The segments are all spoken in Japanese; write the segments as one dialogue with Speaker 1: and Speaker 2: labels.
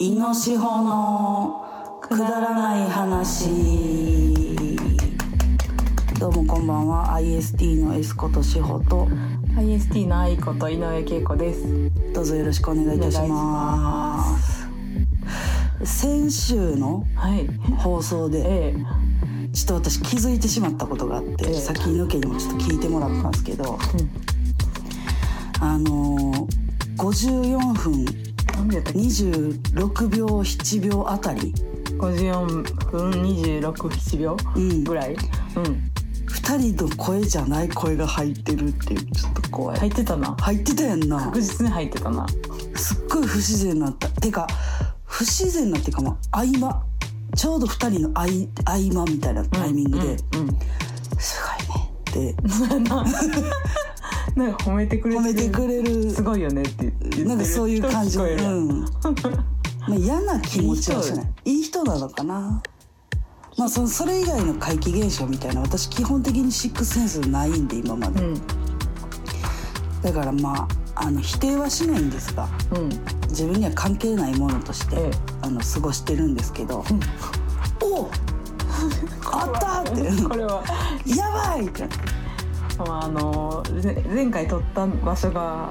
Speaker 1: イノシホのくだらない話どうもこんばんは IST のエスコとシホと
Speaker 2: IST の愛子と井上恵子です。
Speaker 1: どうぞよろしくお願いいたします先週の
Speaker 2: はい。
Speaker 1: 放送で
Speaker 2: ええ
Speaker 1: ちょっと私気づいてしまったことがあって、
Speaker 2: ええ
Speaker 1: さっき犬家にもちょっと聞いてもらったんですけど
Speaker 2: うん。
Speaker 1: あのー、54分
Speaker 2: 何秒だっけ？
Speaker 1: 26秒7秒あたり、
Speaker 2: 五十四分二十六七秒
Speaker 1: うん、
Speaker 2: ぐらい。うん。
Speaker 1: 2人の声じゃない声が入ってるっていうちょっと怖い
Speaker 2: 入ってたな。
Speaker 1: 入ってたやんな
Speaker 2: 確実に入ってたな。
Speaker 1: すっごい不自然なったてか不自然なっていうかまあ合間ちょうど2人の合い合間みたいなタイミングで、
Speaker 2: うん。
Speaker 1: すごいねっ
Speaker 2: うん。ななんか褒めてくれ
Speaker 1: て褒めてくれ
Speaker 2: る。
Speaker 1: る
Speaker 2: すごいよねって言ってる。
Speaker 1: なんかそういう感じ
Speaker 2: 聞こえる
Speaker 1: うんまあ、嫌な気持ちはしないいい人なのかなまあそのそれ以外の怪奇現象みたいな私基本的にシックスセンスないんで今ま
Speaker 2: う
Speaker 1: で、
Speaker 2: ん。
Speaker 1: だからまああの否定はしないんですが
Speaker 2: うん。
Speaker 1: 自分には関係ないものとして、
Speaker 2: ええ
Speaker 1: あの過ごしてるんですけど、
Speaker 2: ん
Speaker 1: おおあったって
Speaker 2: これは。
Speaker 1: やばいって
Speaker 2: まああのぜ前回撮った場所が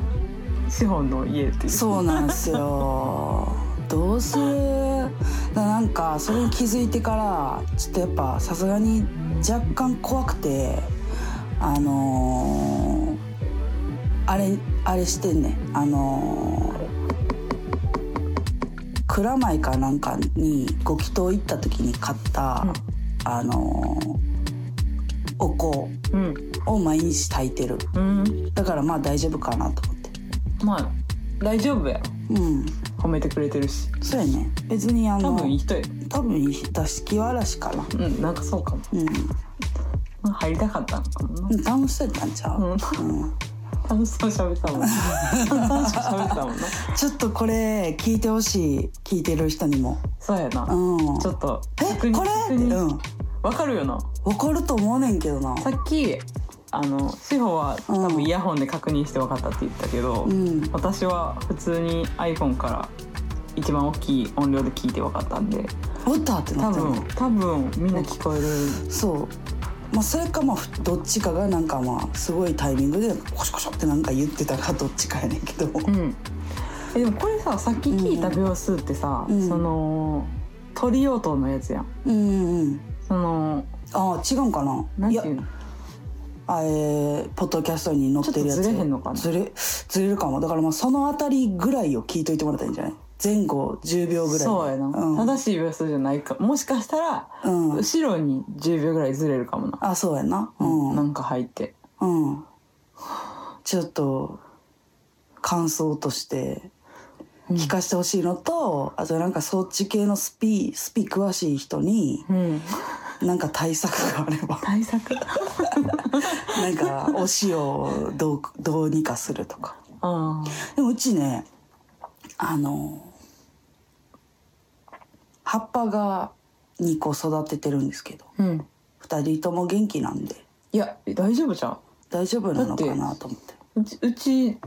Speaker 2: 資本の家っていう。
Speaker 1: そうなんですよどうするだなんかそれに気づいてからちょっとやっぱさすがに若干怖くてあのー、あれあれしてんねあのー、蔵前かなんかにご祈祷行った時に買った、
Speaker 2: うん
Speaker 1: あのー、お香
Speaker 2: うん。
Speaker 1: を毎日炊いてる
Speaker 2: うん。
Speaker 1: だからまあ大丈夫かなと思って
Speaker 2: まあ大丈夫や。
Speaker 1: うん
Speaker 2: 褒めてくれてるし。
Speaker 1: そうやね別にあ
Speaker 2: 多
Speaker 1: の
Speaker 2: 分いい人や。
Speaker 1: 多分いい人出し気は嵐かな
Speaker 2: うん、なんかそうかも。
Speaker 1: う
Speaker 2: まあ入りたかったのかも
Speaker 1: ん楽しそうやったんちゃう、
Speaker 2: な。う
Speaker 1: う
Speaker 2: ん、
Speaker 1: ん
Speaker 2: 楽しそうに喋ってたもん。楽しく喋ってたもんな。
Speaker 1: ちょっとこれ聞いてほしい聞いてる人にも
Speaker 2: そうやな。
Speaker 1: うん
Speaker 2: ちょっと。
Speaker 1: えこれってう
Speaker 2: わ、
Speaker 1: ん
Speaker 2: かるよな。
Speaker 1: 怒ると思うねんけどな
Speaker 2: さっき、あの、志保は多分イヤホンで確認して分かったって言ったけど、
Speaker 1: うん
Speaker 2: 私は普通に iPhone から一番大きい音量で聞いて分かったんで、
Speaker 1: おったってな
Speaker 2: 多
Speaker 1: ったの
Speaker 2: 分、多分みんな聞こえる。
Speaker 1: そうまあそれかまあどっちかがなんかまあすごいタイミングでコシコシってなんか言ってたかどっちかやねんけど
Speaker 2: うん。え、でもこれさ、さっき聞いた秒数ってさ、
Speaker 1: うん
Speaker 2: その、鳥音のやつやん。
Speaker 1: うんうん
Speaker 2: その、
Speaker 1: ああ違うんかな
Speaker 2: なん
Speaker 1: い
Speaker 2: て
Speaker 1: や
Speaker 2: いうの
Speaker 1: あえーポッドキャストに載ってるやつ
Speaker 2: ちょっとずれへんのかな
Speaker 1: ずれずれるかもだからまあそのあたりぐらいを聞いといてもらったらいいんじゃない前後10秒ぐらい
Speaker 2: そうやな、
Speaker 1: うん
Speaker 2: 正しい秒数じゃないかもしかしたら、
Speaker 1: うん
Speaker 2: 後ろに10秒ぐらいずれるかもな、
Speaker 1: あそうやなうん、
Speaker 2: なんか入って
Speaker 1: うん、ちょっと感想として
Speaker 2: うん
Speaker 1: 聞かせてほしいのと、あとなんかそっち系のスピスピ詳しい人に
Speaker 2: うん
Speaker 1: なんか対策があれば
Speaker 2: 対 策
Speaker 1: なんかお塩をどうどうにかするとか
Speaker 2: あ
Speaker 1: でもうちねあの葉っぱが2個育ててるんですけど
Speaker 2: ーうん
Speaker 1: 2人とも元気なんで
Speaker 2: いや大丈夫じゃん
Speaker 1: 大丈夫なのかなと思って
Speaker 2: うちうち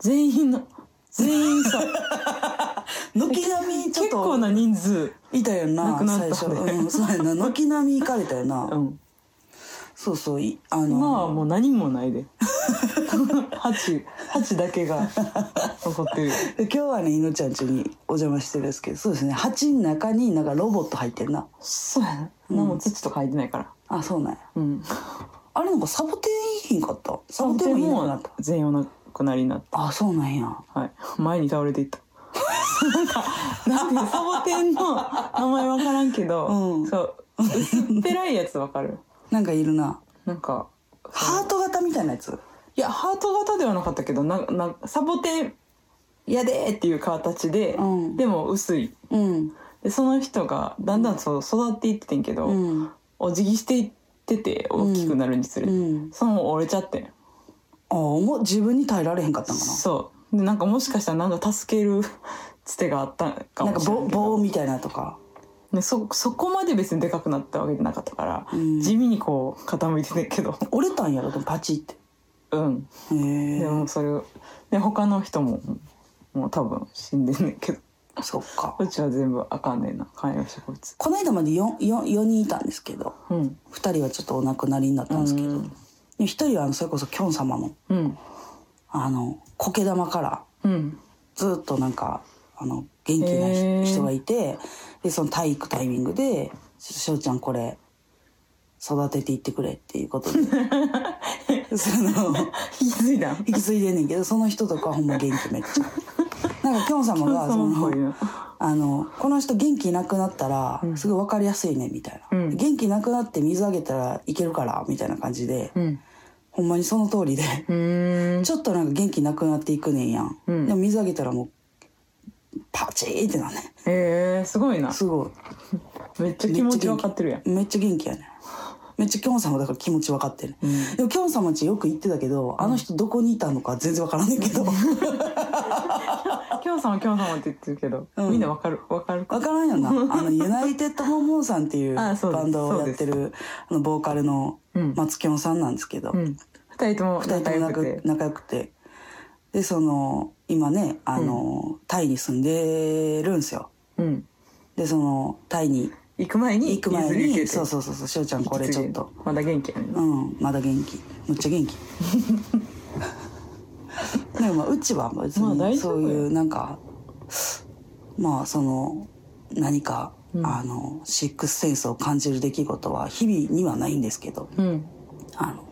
Speaker 2: 全員の全 員さ
Speaker 1: 軒並みちょっ
Speaker 2: 結構
Speaker 1: と
Speaker 2: な人数
Speaker 1: いたよな
Speaker 2: なくなった
Speaker 1: 最
Speaker 2: ね
Speaker 1: 初、うん、そうやな軒並み行かれたよな、
Speaker 2: うん
Speaker 1: そうそういあ
Speaker 2: 今は
Speaker 1: の
Speaker 2: もう何もないで ハチハチだけが残ってる
Speaker 1: で今日はねいのちゃんちにお邪魔してるんですけどそうですね鉢の中になんかロボット入ってるな
Speaker 2: そうやな、何も土とか入ってないから
Speaker 1: あそうなんや
Speaker 2: うん
Speaker 1: あれなんかサボテンいいひんかったサボテンもいいなくなった
Speaker 2: 全員お亡くなりになって
Speaker 1: あそうなんや
Speaker 2: はい、前に倒れていった。なんか、なんてサボテンの名前わからんけど、
Speaker 1: うん
Speaker 2: そう、薄っぺらいやつわかる。
Speaker 1: なんかいるな
Speaker 2: なんか、
Speaker 1: ハート型みたいなやつ
Speaker 2: いや、ハート型ではなかったけど、な、な、サボテン、やでーっていう形で、
Speaker 1: うん
Speaker 2: でも薄い。
Speaker 1: うん
Speaker 2: で、その人がだんだんそう育っていっててんけど、
Speaker 1: うん
Speaker 2: お辞儀していってて、大きくなるにつれ
Speaker 1: う
Speaker 2: て、
Speaker 1: ん
Speaker 2: そのまま折れちゃってん。
Speaker 1: あおも自分に耐えられへんかったんか
Speaker 2: そう。で、なんかもしかしたらなんか助ける つてがあったんか
Speaker 1: ななんか
Speaker 2: もしれない
Speaker 1: 棒棒みたいなとか
Speaker 2: でそそこまで別にでかくなったわけじゃなかったから、
Speaker 1: うん
Speaker 2: 地味にこう傾いてたけど
Speaker 1: 折れたんやろでもパチって
Speaker 2: うん
Speaker 1: へえ
Speaker 2: でもそれで他の人ももう多分死んでんねんけど
Speaker 1: そっか
Speaker 2: うちは全部あかんねんな観葉植物
Speaker 1: この間まで 4, 4, 4人いたんですけど
Speaker 2: うん
Speaker 1: 2人はちょっとお亡くなりになったんですけど、
Speaker 2: うん
Speaker 1: 1人はあのそれこそきょん様の
Speaker 2: うん
Speaker 1: あの苔玉から
Speaker 2: うん
Speaker 1: ずっとなんかあの元気なひ、
Speaker 2: へー
Speaker 1: 人がいてでその体育タイミングで「ちょっとしょうちゃんこれ育てていってくれ」っていうこと でその
Speaker 2: 引き継いだん
Speaker 1: 引き継いでんねんけどその人とかほんま元気めっちゃなんかきょん様がそ
Speaker 2: そう
Speaker 1: の
Speaker 2: こういう
Speaker 1: あのこの人元気なくなったら
Speaker 2: うん
Speaker 1: すごい分かりやすいねみたいな、
Speaker 2: うん
Speaker 1: 元気なくなって水あげたらいけるからみたいな感じで、
Speaker 2: うん
Speaker 1: ほんまにその通りで
Speaker 2: うーん
Speaker 1: ちょっとなんか元気なくなっていくねんやん、
Speaker 2: うん
Speaker 1: でも水あげたらもうパチーってなんね
Speaker 2: えー、すごいな
Speaker 1: すご
Speaker 2: めっちゃ気持ち分かってるやん
Speaker 1: いめっちゃ元気やねんめっちゃきょん様だから気持ち分かってる、
Speaker 2: うん
Speaker 1: でもきょん様ちよく言ってたけどあの人どこにいたのか全然分からんねんけ ど分
Speaker 2: きょうさんはきょうさんはって言ってるけど、
Speaker 1: うん
Speaker 2: みんなわかるわかるか
Speaker 1: からんよなあのユナイテッドモンモンさんっていうバ
Speaker 2: あそうです
Speaker 1: ンドをやってるあのボーカルの
Speaker 2: うん
Speaker 1: 松きょんさんなんですけど、
Speaker 2: うん二人とも
Speaker 1: 二人
Speaker 2: 仲
Speaker 1: とも仲
Speaker 2: 良く
Speaker 1: 良
Speaker 2: て
Speaker 1: く仲良くてでその今ねあの、タイに住んでるんですよ
Speaker 2: うん
Speaker 1: でそのタイに
Speaker 2: 行く前に
Speaker 1: 行く前
Speaker 2: 譲り受け
Speaker 1: に
Speaker 2: て
Speaker 1: そうそうそうそうしおちゃんこれちょっと
Speaker 2: まだ元気やね
Speaker 1: うんまだ元気むっちゃ 元気でもまあうちは別
Speaker 2: まあ
Speaker 1: に
Speaker 2: 大丈
Speaker 1: そ
Speaker 2: 夫
Speaker 1: う
Speaker 2: よ
Speaker 1: いうなんかまあその何か、
Speaker 2: うん
Speaker 1: あのシックスセンスを感じる出来事は日々にはないんですけど
Speaker 2: うん
Speaker 1: あの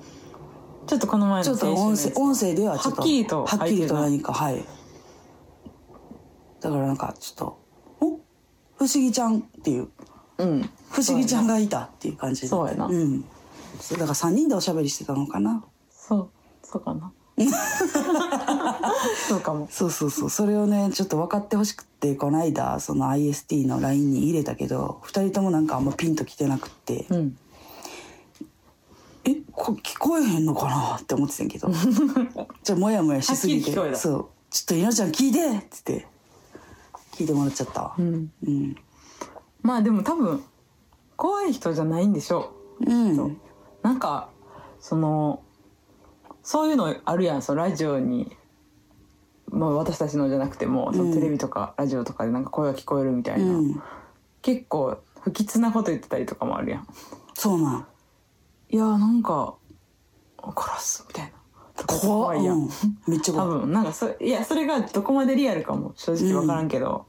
Speaker 2: ちょっとこの前の
Speaker 1: ちょっと音声音声ではちょっと
Speaker 2: はっきりと
Speaker 1: はっきりと
Speaker 2: 入
Speaker 1: 何かはいだからなんかちょっと「お不思議ちゃん」っていう
Speaker 2: うん
Speaker 1: 不思議ちゃんがいたっていう感じで
Speaker 2: そうやなん
Speaker 1: そうだから3人でおしゃべりしてたのかな
Speaker 2: そうそう かなそうかも
Speaker 1: そうそうそうそれをねちょっと分かってほしくてこの間その IST の LINE に入れたけど2人ともなんかあんまピンときてなくって、
Speaker 2: うん
Speaker 1: えこ聞こえへんのかなって思ってたんやけ どじゃあモヤモヤしすぎて
Speaker 2: はっきり聞こえた
Speaker 1: そうちょっといのちゃん聞いてっつって聞いてもらっちゃったわ
Speaker 2: うん
Speaker 1: うん
Speaker 2: まあでも多分怖い人じゃないんでしょ
Speaker 1: うん
Speaker 2: う、なんかそのそういうのあるやんそのラジオにまあ私たちのじゃなくてもそ
Speaker 1: うん
Speaker 2: のテレビとかラジオとかでなんか声が聞こえるみたいな、
Speaker 1: うん
Speaker 2: 結構不吉なこと言ってたりとかもあるやん
Speaker 1: そうなん
Speaker 2: いやーなんか殺すみたいなとか
Speaker 1: 怖
Speaker 2: 怖
Speaker 1: っ
Speaker 2: いやん、
Speaker 1: うんめっちゃ
Speaker 2: 多
Speaker 1: 怖い
Speaker 2: 分なんかそいやそれがどこまでリアルかも正直分からんけど、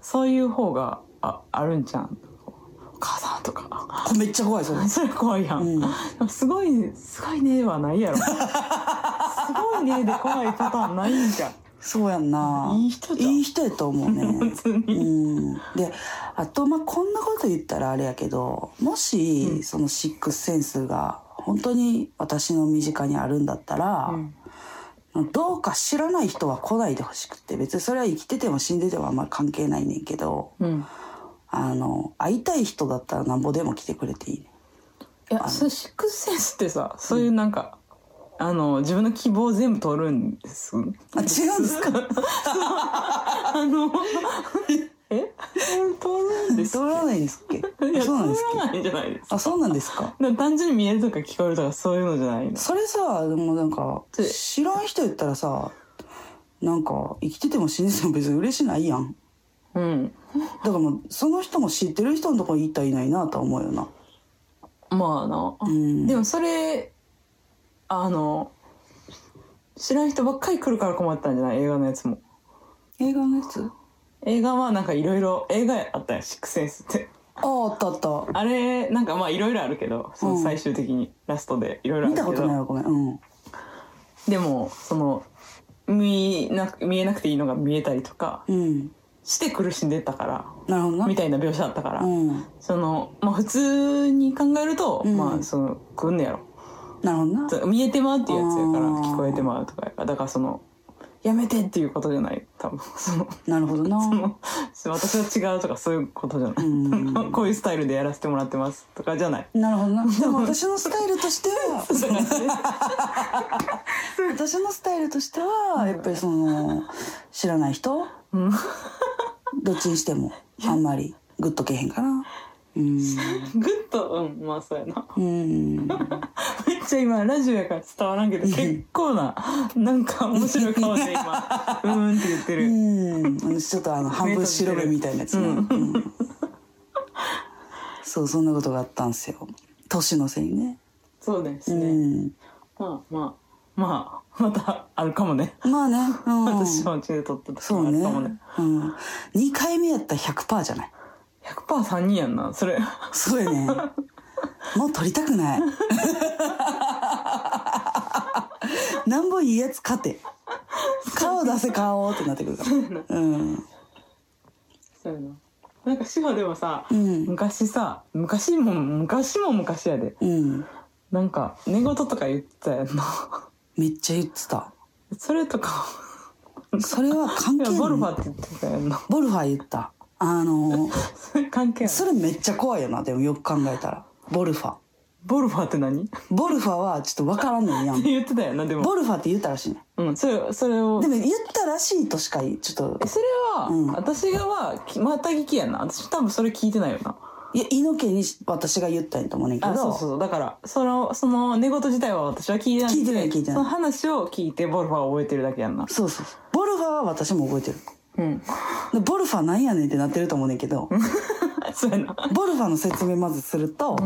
Speaker 2: そういう方がああるんじゃんお母さんとか
Speaker 1: こめっちゃ怖いそれ
Speaker 2: それ怖いやん、
Speaker 1: うん
Speaker 2: でもすごいすごいねはないやろ すごいねで怖いパターンないんじゃん
Speaker 1: そうやんない
Speaker 2: い人じゃん
Speaker 1: いい人やと思う ね
Speaker 2: 普通に
Speaker 1: うんであとまあこんなこと言ったらあれやけどもし、
Speaker 2: うん
Speaker 1: そのシックスセンスが本当に私の身近にあるんだったら、
Speaker 2: うん
Speaker 1: どうか知らない人は来ないでほしくって別にそれは生きてても死んでてもあんま関係ないねんけど
Speaker 2: うん
Speaker 1: あの会いたい人だったらなんぼでも来てくれていいね
Speaker 2: いやそれシックスセンスってさそういうなんか、あの自分の希望を全部取るんです
Speaker 1: あ違うんですか
Speaker 2: あのえ取るんです
Speaker 1: 通らないんですっけ
Speaker 2: いや
Speaker 1: あそうなんです
Speaker 2: 通
Speaker 1: っ
Speaker 2: ら
Speaker 1: け
Speaker 2: ないじゃないです
Speaker 1: あそうなんですか
Speaker 2: でも単純に見えるとか聞こえるとかそういうのじゃないの
Speaker 1: それさでもなんか
Speaker 2: つい
Speaker 1: 知らん人やったらさなんか生きてても死んでても別に嬉しないやん
Speaker 2: うん
Speaker 1: だからもうその人も知ってる人のとこに行ったらいないなとは思うよな
Speaker 2: まあな、
Speaker 1: ん
Speaker 2: でもそれあの知らん人ばっかり来るから困ったんじゃない映画のやつも
Speaker 1: 映画のやつ
Speaker 2: 映画はなんかいろいろ映画あったやんシックスセンスって
Speaker 1: あああったあった
Speaker 2: あれなんかまあいろいろあるけどその最終的にラストでいろいろあ
Speaker 1: 見
Speaker 2: るけ
Speaker 1: た
Speaker 2: ど、
Speaker 1: ことないわごめんうん
Speaker 2: でもその見な見えなくていいのが見えたりとか
Speaker 1: うん
Speaker 2: して苦しんでたか
Speaker 1: なるほどな
Speaker 2: らみたいな描写あったから、
Speaker 1: うん
Speaker 2: そのまあ普通に考えると、
Speaker 1: うん
Speaker 2: まあその来んねやろ
Speaker 1: なるほどな
Speaker 2: そう見えてまうっていうやつやから
Speaker 1: あー
Speaker 2: 聞こえてまうとかやからだからそのやめてっていうことじゃない多分その
Speaker 1: なるほど
Speaker 2: そ
Speaker 1: な
Speaker 2: の私は違うとかそういうことじゃない、
Speaker 1: うん
Speaker 2: こういうスタイルでやらせてもらってますとかじゃない
Speaker 1: なるほどなでも私のスタイルとして は 私のスタイルとしてはやっぱりその知らない人
Speaker 2: うん
Speaker 1: どっちにしてもあんまりグッとけへんかなうん
Speaker 2: グッとうんまあそうやな
Speaker 1: うん
Speaker 2: めっちゃ今ラジオやから伝わらんけど結構ななんか面白い顔で今うーんって言ってる、
Speaker 1: うんちょっとあ の半分白目みたいなやつね、
Speaker 2: う
Speaker 1: うんそうそんなことがあったんですよ年のせいにね
Speaker 2: そうです
Speaker 1: う
Speaker 2: ね、
Speaker 1: ん
Speaker 2: まあまあまあまたあるかもね、
Speaker 1: まあね、うん、
Speaker 2: 私も中で撮った時
Speaker 1: そ
Speaker 2: も
Speaker 1: う
Speaker 2: あ
Speaker 1: ね
Speaker 2: るかもね
Speaker 1: うん、2回目やったら100%じゃない
Speaker 2: 100%3 人やんなそれ
Speaker 1: そうやねもう撮りたくないなんぼいいやつ勝て顔出せ顔ってなってくるからうん
Speaker 2: そうやななんか志保でもさ、
Speaker 1: うん
Speaker 2: 昔さ昔も昔も昔やで
Speaker 1: うん
Speaker 2: なんか寝言とか言ってたやんな
Speaker 1: めっちゃ言ってた
Speaker 2: それとか
Speaker 1: それは関
Speaker 2: い
Speaker 1: 係
Speaker 2: や
Speaker 1: ない
Speaker 2: ゴルファーって言ってたやんな
Speaker 1: ボルファー言ったあの
Speaker 2: それ関係ない
Speaker 1: それめっちゃ怖いよなでもよく考えたらボルファー
Speaker 2: ボルファーって何って
Speaker 1: ボルファーはちょっと分からんのにやん
Speaker 2: 言ってたやんなでも
Speaker 1: ボルファーって言ったらしいね
Speaker 2: うんそれそれを
Speaker 1: でも言ったらしいとしかちょっと
Speaker 2: えそれは、
Speaker 1: うん
Speaker 2: 私がはきまた聞きやんな私多分それ聞いてないよない
Speaker 1: や猪木に私が言ったんやと思うねんけ
Speaker 2: あ
Speaker 1: ど
Speaker 2: そうそうそうだからそのその寝言自体は私は聞いてない
Speaker 1: 聞いてない聞いてない
Speaker 2: その話を聞いてボルファーを覚えてるだけやんな
Speaker 1: そうそうそうボルファーは私も覚えてる
Speaker 2: うん
Speaker 1: でボルファーなんやねんってなってると思うねんけど
Speaker 2: そうやな
Speaker 1: ボルファーの説明まずすると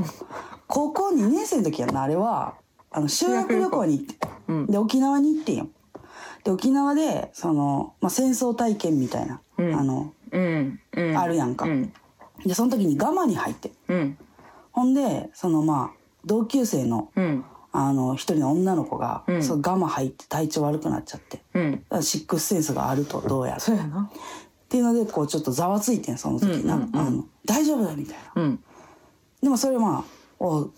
Speaker 1: 高校2年生の時やんなあれはあの修学旅行に行って、
Speaker 2: うん
Speaker 1: で沖縄に行ってんよで沖縄でその、まあ、戦争体験みたいな、
Speaker 2: うん
Speaker 1: あの
Speaker 2: うん、うん、
Speaker 1: あるやんか
Speaker 2: うん
Speaker 1: でその時にガマに入って
Speaker 2: うん
Speaker 1: ほんでそのまあ同級生の
Speaker 2: うん
Speaker 1: あの一人の女の子が、
Speaker 2: うん
Speaker 1: そのガマ入って体調悪くなっちゃってだ
Speaker 2: うん
Speaker 1: からシックスセンスがあるとどうやら
Speaker 2: そうやな
Speaker 1: っていうのでこうちょっとざわついてんその時な、
Speaker 2: うんうんうん
Speaker 1: あの大丈夫だみたいな
Speaker 2: うん
Speaker 1: でもそれまあお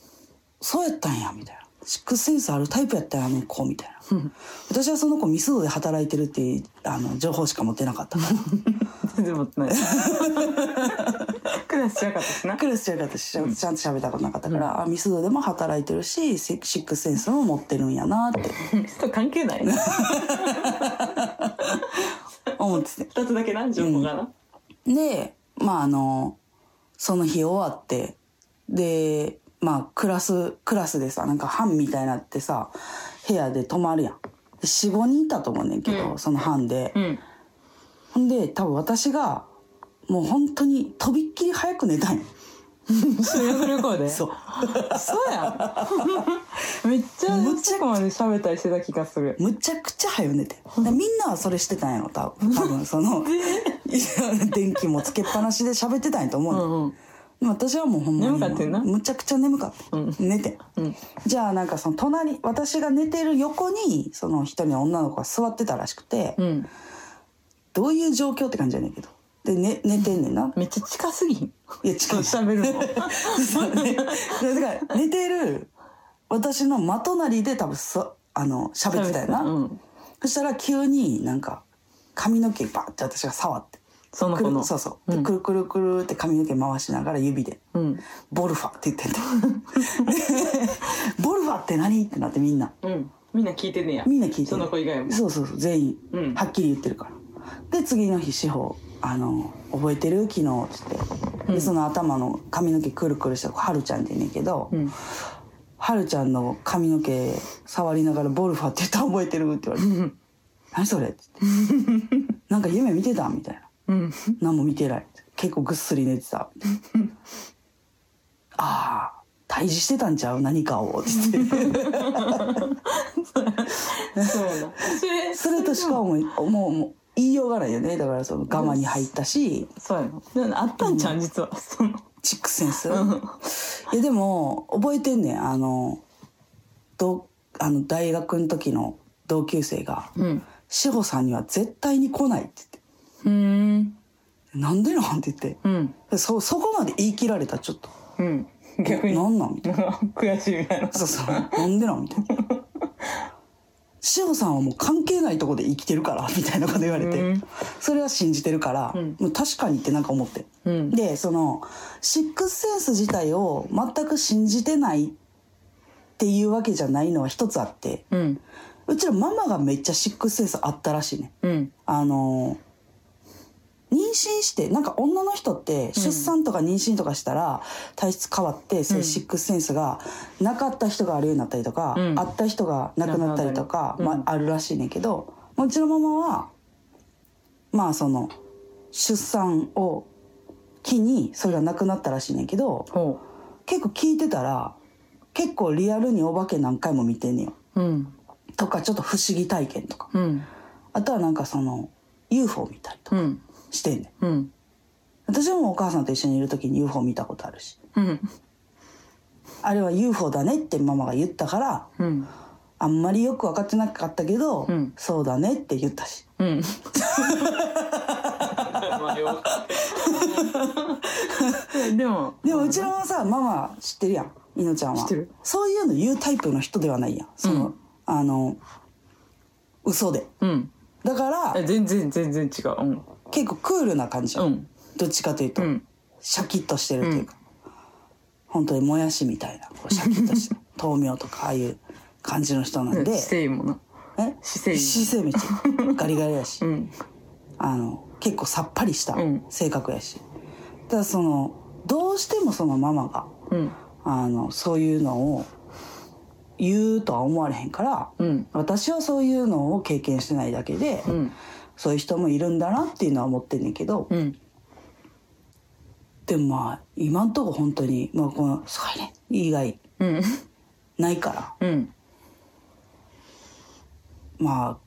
Speaker 1: そうやったんやみたいなシックスセンスあるタイプやったんやあの子みたいな私はその子ミスドで働いてるっていうあの情報しか持ってなかったから
Speaker 2: 全然持ってない クラスしなかったしな
Speaker 1: クラス違うかったしちゃんちゃんと喋ったことなかったから、あミスドでも働いてるしシシックスセンスも持ってるんやなって
Speaker 2: 人関係ないな
Speaker 1: 思ってて
Speaker 2: 2つだけな情報がな、
Speaker 1: でまああのその日終わってでまあクラスクラスでさなんか班みたいになってさ部屋で泊まるやん45人いたと思うねんけど、
Speaker 2: うん
Speaker 1: その班で、
Speaker 2: うん
Speaker 1: ほんで多分私がもう本当にとびっきり早く寝たんよ
Speaker 2: 修学旅行で
Speaker 1: そう
Speaker 2: そうやん めっちゃ
Speaker 1: むちゃくちゃ
Speaker 2: そこまで喋ったりしてた気がする
Speaker 1: むちゃくちゃ早う寝てでみんなはそれしてたんやろ多分多分その いや電気もつけっぱなしで喋ってたんやと思う
Speaker 2: う
Speaker 1: ねん
Speaker 2: んうん
Speaker 1: でも私はもうほんまに
Speaker 2: 眠かったよな
Speaker 1: むちゃくちゃ眠かった、
Speaker 2: うん
Speaker 1: 寝て、
Speaker 2: うん
Speaker 1: じゃあなんかその隣私が寝てる横にその一人の女の子が座ってたらしくて、
Speaker 2: うん
Speaker 1: どういう状況って感じやねんけどで、ね、寝てんねん な
Speaker 2: めっちゃ近すぎん
Speaker 1: いや近い
Speaker 2: 喋るの
Speaker 1: そう ねだから寝てる私の真隣で多分そあの喋ってたよな、
Speaker 2: うん、
Speaker 1: そしたら急になんか髪の毛バーって私が触って
Speaker 2: その
Speaker 1: く
Speaker 2: 子
Speaker 1: る
Speaker 2: の
Speaker 1: そうそう、で
Speaker 2: うん
Speaker 1: くるくるくるって髪の毛回しながら指で
Speaker 2: うん
Speaker 1: ボルファって言ってんだボルファって何ってなってみんな
Speaker 2: うんみんな聞いてんねや
Speaker 1: みんな聞いてる
Speaker 2: その子以外も
Speaker 1: そうそうそう全員、
Speaker 2: うん
Speaker 1: はっきり言ってるからで次の日志保あの「覚えてる昨日」っつって、でその頭の髪の毛くるくるした子はるちゃんって言うねんけど、
Speaker 2: ん
Speaker 1: はるちゃんの髪の毛触りながら「ボルファって言ったら覚えてる」って言われて
Speaker 2: うん
Speaker 1: 「何それ」っつって 「なんか夢見てた?」みたいな
Speaker 2: うん
Speaker 1: 何も見てない結構ぐっすり寝てた ああ退治してたんちゃう何かをって言 って
Speaker 2: そうなそれ
Speaker 1: それとしか思いもうもう言いようがないよねだからその我慢に入ったし
Speaker 2: そうやなあったんちゃう実はその
Speaker 1: チックセンスいやでも覚えてんねんあのどあの大学の時の同級生が
Speaker 2: うん
Speaker 1: 「志保さんには絶対に来ない」って言って
Speaker 2: うん
Speaker 1: 「なんでなん?」って言っ
Speaker 2: うん
Speaker 1: てそそこまで言い切られたちょっと
Speaker 2: うん
Speaker 1: 「
Speaker 2: 逆に
Speaker 1: なんなん?」みたいな。
Speaker 2: 悔しいみたいな
Speaker 1: そうそう。なんでなんみたいな。しおさんはもう関係ないとこで生きてるから、みたいなこと言われて。
Speaker 2: うん
Speaker 1: それは信じてるから、
Speaker 2: ん
Speaker 1: もう確かにってなんか思って。
Speaker 2: うん
Speaker 1: で、その、シックスセンス自体を全く信じてないっていうわけじゃないのは一つあって、
Speaker 2: うん
Speaker 1: うちのママがめっちゃシックスセンスあったらしいね。
Speaker 2: うん
Speaker 1: あの、妊娠してなんか女の人って出産とか妊娠とかしたら体質変わって、そういうシックスセンスがなかった人があるようになったりとか、
Speaker 2: うん
Speaker 1: あった人が亡くなったりとか、
Speaker 2: 亡くなっ
Speaker 1: まあ、
Speaker 2: たり
Speaker 1: あるらしいねんけど、もううちのママはまあその出産を機にそれがなくなったらしいねんけど
Speaker 2: ほ
Speaker 1: 結構聞いてたら結構リアルにお化け何回も見てんねんよ。
Speaker 2: ううん
Speaker 1: とかちょっと不思議体験とか
Speaker 2: うん
Speaker 1: あとはなんかその UFO 見たりと
Speaker 2: う
Speaker 1: か
Speaker 2: ん
Speaker 1: してんねん。
Speaker 2: うん
Speaker 1: 私はもうお母さんと一緒にいる時に UFO 見たことあるし
Speaker 2: うん
Speaker 1: あれは UFO だねってママが言ったから
Speaker 2: うん
Speaker 1: あんまりよく分かってなかったけど、
Speaker 2: うん
Speaker 1: そうだねって言ったし
Speaker 2: うんまあよかったでも
Speaker 1: でもうちのママさママ知ってるやんいのちゃんは
Speaker 2: 知ってる
Speaker 1: そういうの言うタイプの人ではないやんその、
Speaker 2: うん
Speaker 1: あの嘘で
Speaker 2: うん
Speaker 1: だか
Speaker 2: え
Speaker 1: ら
Speaker 2: 全然全然違ううん
Speaker 1: 結構クールな感じじゃ、
Speaker 2: うんん
Speaker 1: どっちかというと、
Speaker 2: うん
Speaker 1: シャキッとしてるというか、本当にもやしみたいなこうシャキッとした 豆苗とかああいう感じの人なんで
Speaker 2: 姿勢いいもんな
Speaker 1: え
Speaker 2: 姿勢いい
Speaker 1: 姿勢めっち ゃガリガリやし、
Speaker 2: うん
Speaker 1: あの結構さっぱりした
Speaker 2: うん
Speaker 1: 性格やし、ただそのどうしてもそのママが
Speaker 2: うん
Speaker 1: あのそういうのを言うとは思われへんから、
Speaker 2: うん
Speaker 1: 私はそういうのを経験してないだけで、
Speaker 2: うん
Speaker 1: そういう人もいるんだなっていうのは思ってんねんけど、
Speaker 2: うん
Speaker 1: でもまあ今んとこ本当にまあこの「すごいね」以外
Speaker 2: うん
Speaker 1: ないから
Speaker 2: うん
Speaker 1: まあ